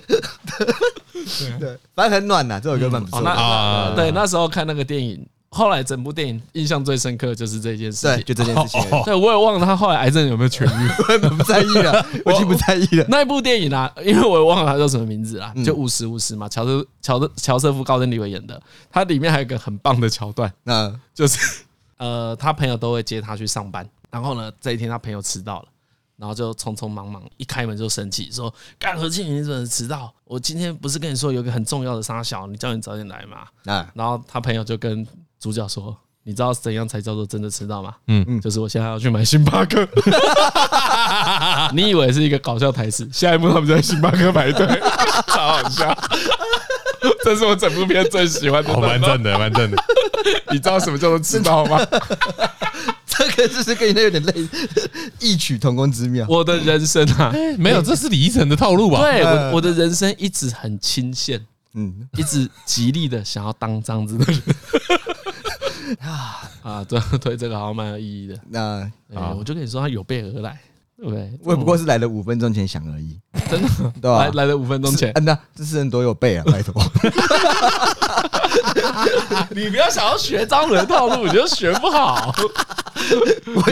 [SPEAKER 2] 对，反正很暖呐，这首歌蛮不
[SPEAKER 1] 哦
[SPEAKER 2] 错
[SPEAKER 1] 那
[SPEAKER 2] 的，
[SPEAKER 3] 啊
[SPEAKER 1] 那对那时候看那个电影，后来整部电影印象最深刻就是这件事
[SPEAKER 2] 对，
[SPEAKER 1] 情。
[SPEAKER 2] 就这件事情而已，
[SPEAKER 1] 对，我也忘了他后来癌症有没有痊愈。
[SPEAKER 2] 我也不在意 了，我已经不在意了，
[SPEAKER 1] 那一部电影啊，因为我也忘了它叫什么名字啦，
[SPEAKER 2] 嗯
[SPEAKER 1] 就五十五十嘛，乔瑟乔瑟乔瑟夫·高登·李维演的，它里面还有一个很棒的桥段，
[SPEAKER 2] 嗯
[SPEAKER 1] 就是呃，他朋友都会接他去上班，然后呢，这一天他朋友迟到了。然后就匆匆忙忙，一开门就生气，说：“干何庆你怎么迟到？我今天不是跟你说有一个很重要的沙小，你叫你早点来嘛。”
[SPEAKER 2] 啊，
[SPEAKER 1] 然后他朋友就跟主角说：“你知道怎样才叫做真的迟到吗？
[SPEAKER 3] 嗯
[SPEAKER 1] 嗯，就是我现在要去买星巴克。你以为是一个搞笑台词，下一幕他们就在星巴克排 队，超好笑。这是我整部片最喜欢的
[SPEAKER 3] 哦，蛮
[SPEAKER 1] 段落。
[SPEAKER 3] 正的，蛮正的。
[SPEAKER 1] 你知道什么叫做迟到吗？
[SPEAKER 2] 这个就是跟你那有点类似，异曲同工之妙。
[SPEAKER 1] 我的人生啊，
[SPEAKER 3] 哎，没有，这是李依晨的套路吧？
[SPEAKER 1] 对
[SPEAKER 2] 呃
[SPEAKER 1] 我我的人生一直很清闲，
[SPEAKER 2] 嗯，
[SPEAKER 1] 一直极力的想要当这样子的人。 啊，对对，这个好像蛮有意义的。
[SPEAKER 2] 那
[SPEAKER 1] 哎我就跟你说，他有备而来，对不对？
[SPEAKER 2] 我也不过是来了五分钟前想而已，
[SPEAKER 1] 真的
[SPEAKER 2] 对吧、
[SPEAKER 1] 来来了五分钟前
[SPEAKER 2] 是，啊那这是人多有备啊，拜托。
[SPEAKER 1] 你不要想要学张伦套路，你就学不好。
[SPEAKER 2] 我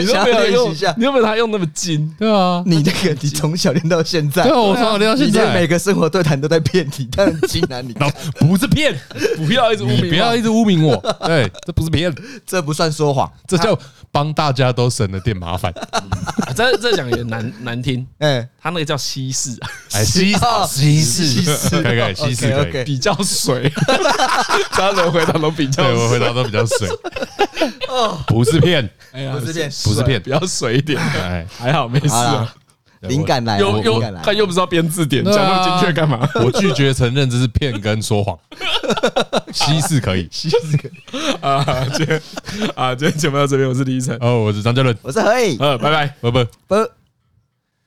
[SPEAKER 1] 你都
[SPEAKER 2] 想
[SPEAKER 1] 没
[SPEAKER 2] 要
[SPEAKER 1] 有
[SPEAKER 2] 练习
[SPEAKER 1] 用
[SPEAKER 2] 一下，
[SPEAKER 1] 你有没有他用那么精？
[SPEAKER 3] 对啊，
[SPEAKER 2] 你那个， 你从小练到现在
[SPEAKER 3] 对，啊，我从小练到
[SPEAKER 2] 你
[SPEAKER 3] 现
[SPEAKER 2] 的每
[SPEAKER 3] 在，
[SPEAKER 2] 个生活对谈都在骗你，但很艰啊难。你
[SPEAKER 3] 然后不是骗，
[SPEAKER 1] 不要一直污
[SPEAKER 3] 你
[SPEAKER 1] 名，
[SPEAKER 3] 不要一直污名我。对，这不是骗，
[SPEAKER 2] 这不算说谎，
[SPEAKER 3] 这叫帮大家都省了点麻烦。
[SPEAKER 1] 啊这这讲也难难听。
[SPEAKER 2] 哎，
[SPEAKER 1] 他那个叫啊稀释，
[SPEAKER 3] 哎， 西
[SPEAKER 2] 哦
[SPEAKER 3] 西
[SPEAKER 2] 西式
[SPEAKER 3] 式， 可以可以，西式可以。
[SPEAKER 2] OK，
[SPEAKER 1] 比较水。张伦回答都比较
[SPEAKER 3] 对我回
[SPEAKER 1] 水，
[SPEAKER 3] 答都比较 水，不是骗，
[SPEAKER 1] 哎呀
[SPEAKER 2] 不是骗
[SPEAKER 3] 啊不是骗
[SPEAKER 1] 比，较水一点，
[SPEAKER 3] 哎，
[SPEAKER 1] 还好没事
[SPEAKER 2] 好
[SPEAKER 1] 啊
[SPEAKER 2] 啦。哎灵感来了，
[SPEAKER 1] 又
[SPEAKER 2] 灵
[SPEAKER 1] 又
[SPEAKER 2] 感来
[SPEAKER 1] 看
[SPEAKER 2] 了。
[SPEAKER 1] 又不知道编字典，
[SPEAKER 3] 对
[SPEAKER 1] 讲
[SPEAKER 3] 啊
[SPEAKER 1] 那么精确干嘛？
[SPEAKER 3] 我拒绝承认这是骗跟说 谎，西式可以，西式可以。
[SPEAKER 1] 啊，今天啊，今天节目到这边，我是李依晨，
[SPEAKER 3] 哦，我是张嘉伦，
[SPEAKER 2] 我是何以，
[SPEAKER 1] 呃，拜拜。
[SPEAKER 3] 不不。
[SPEAKER 2] 不。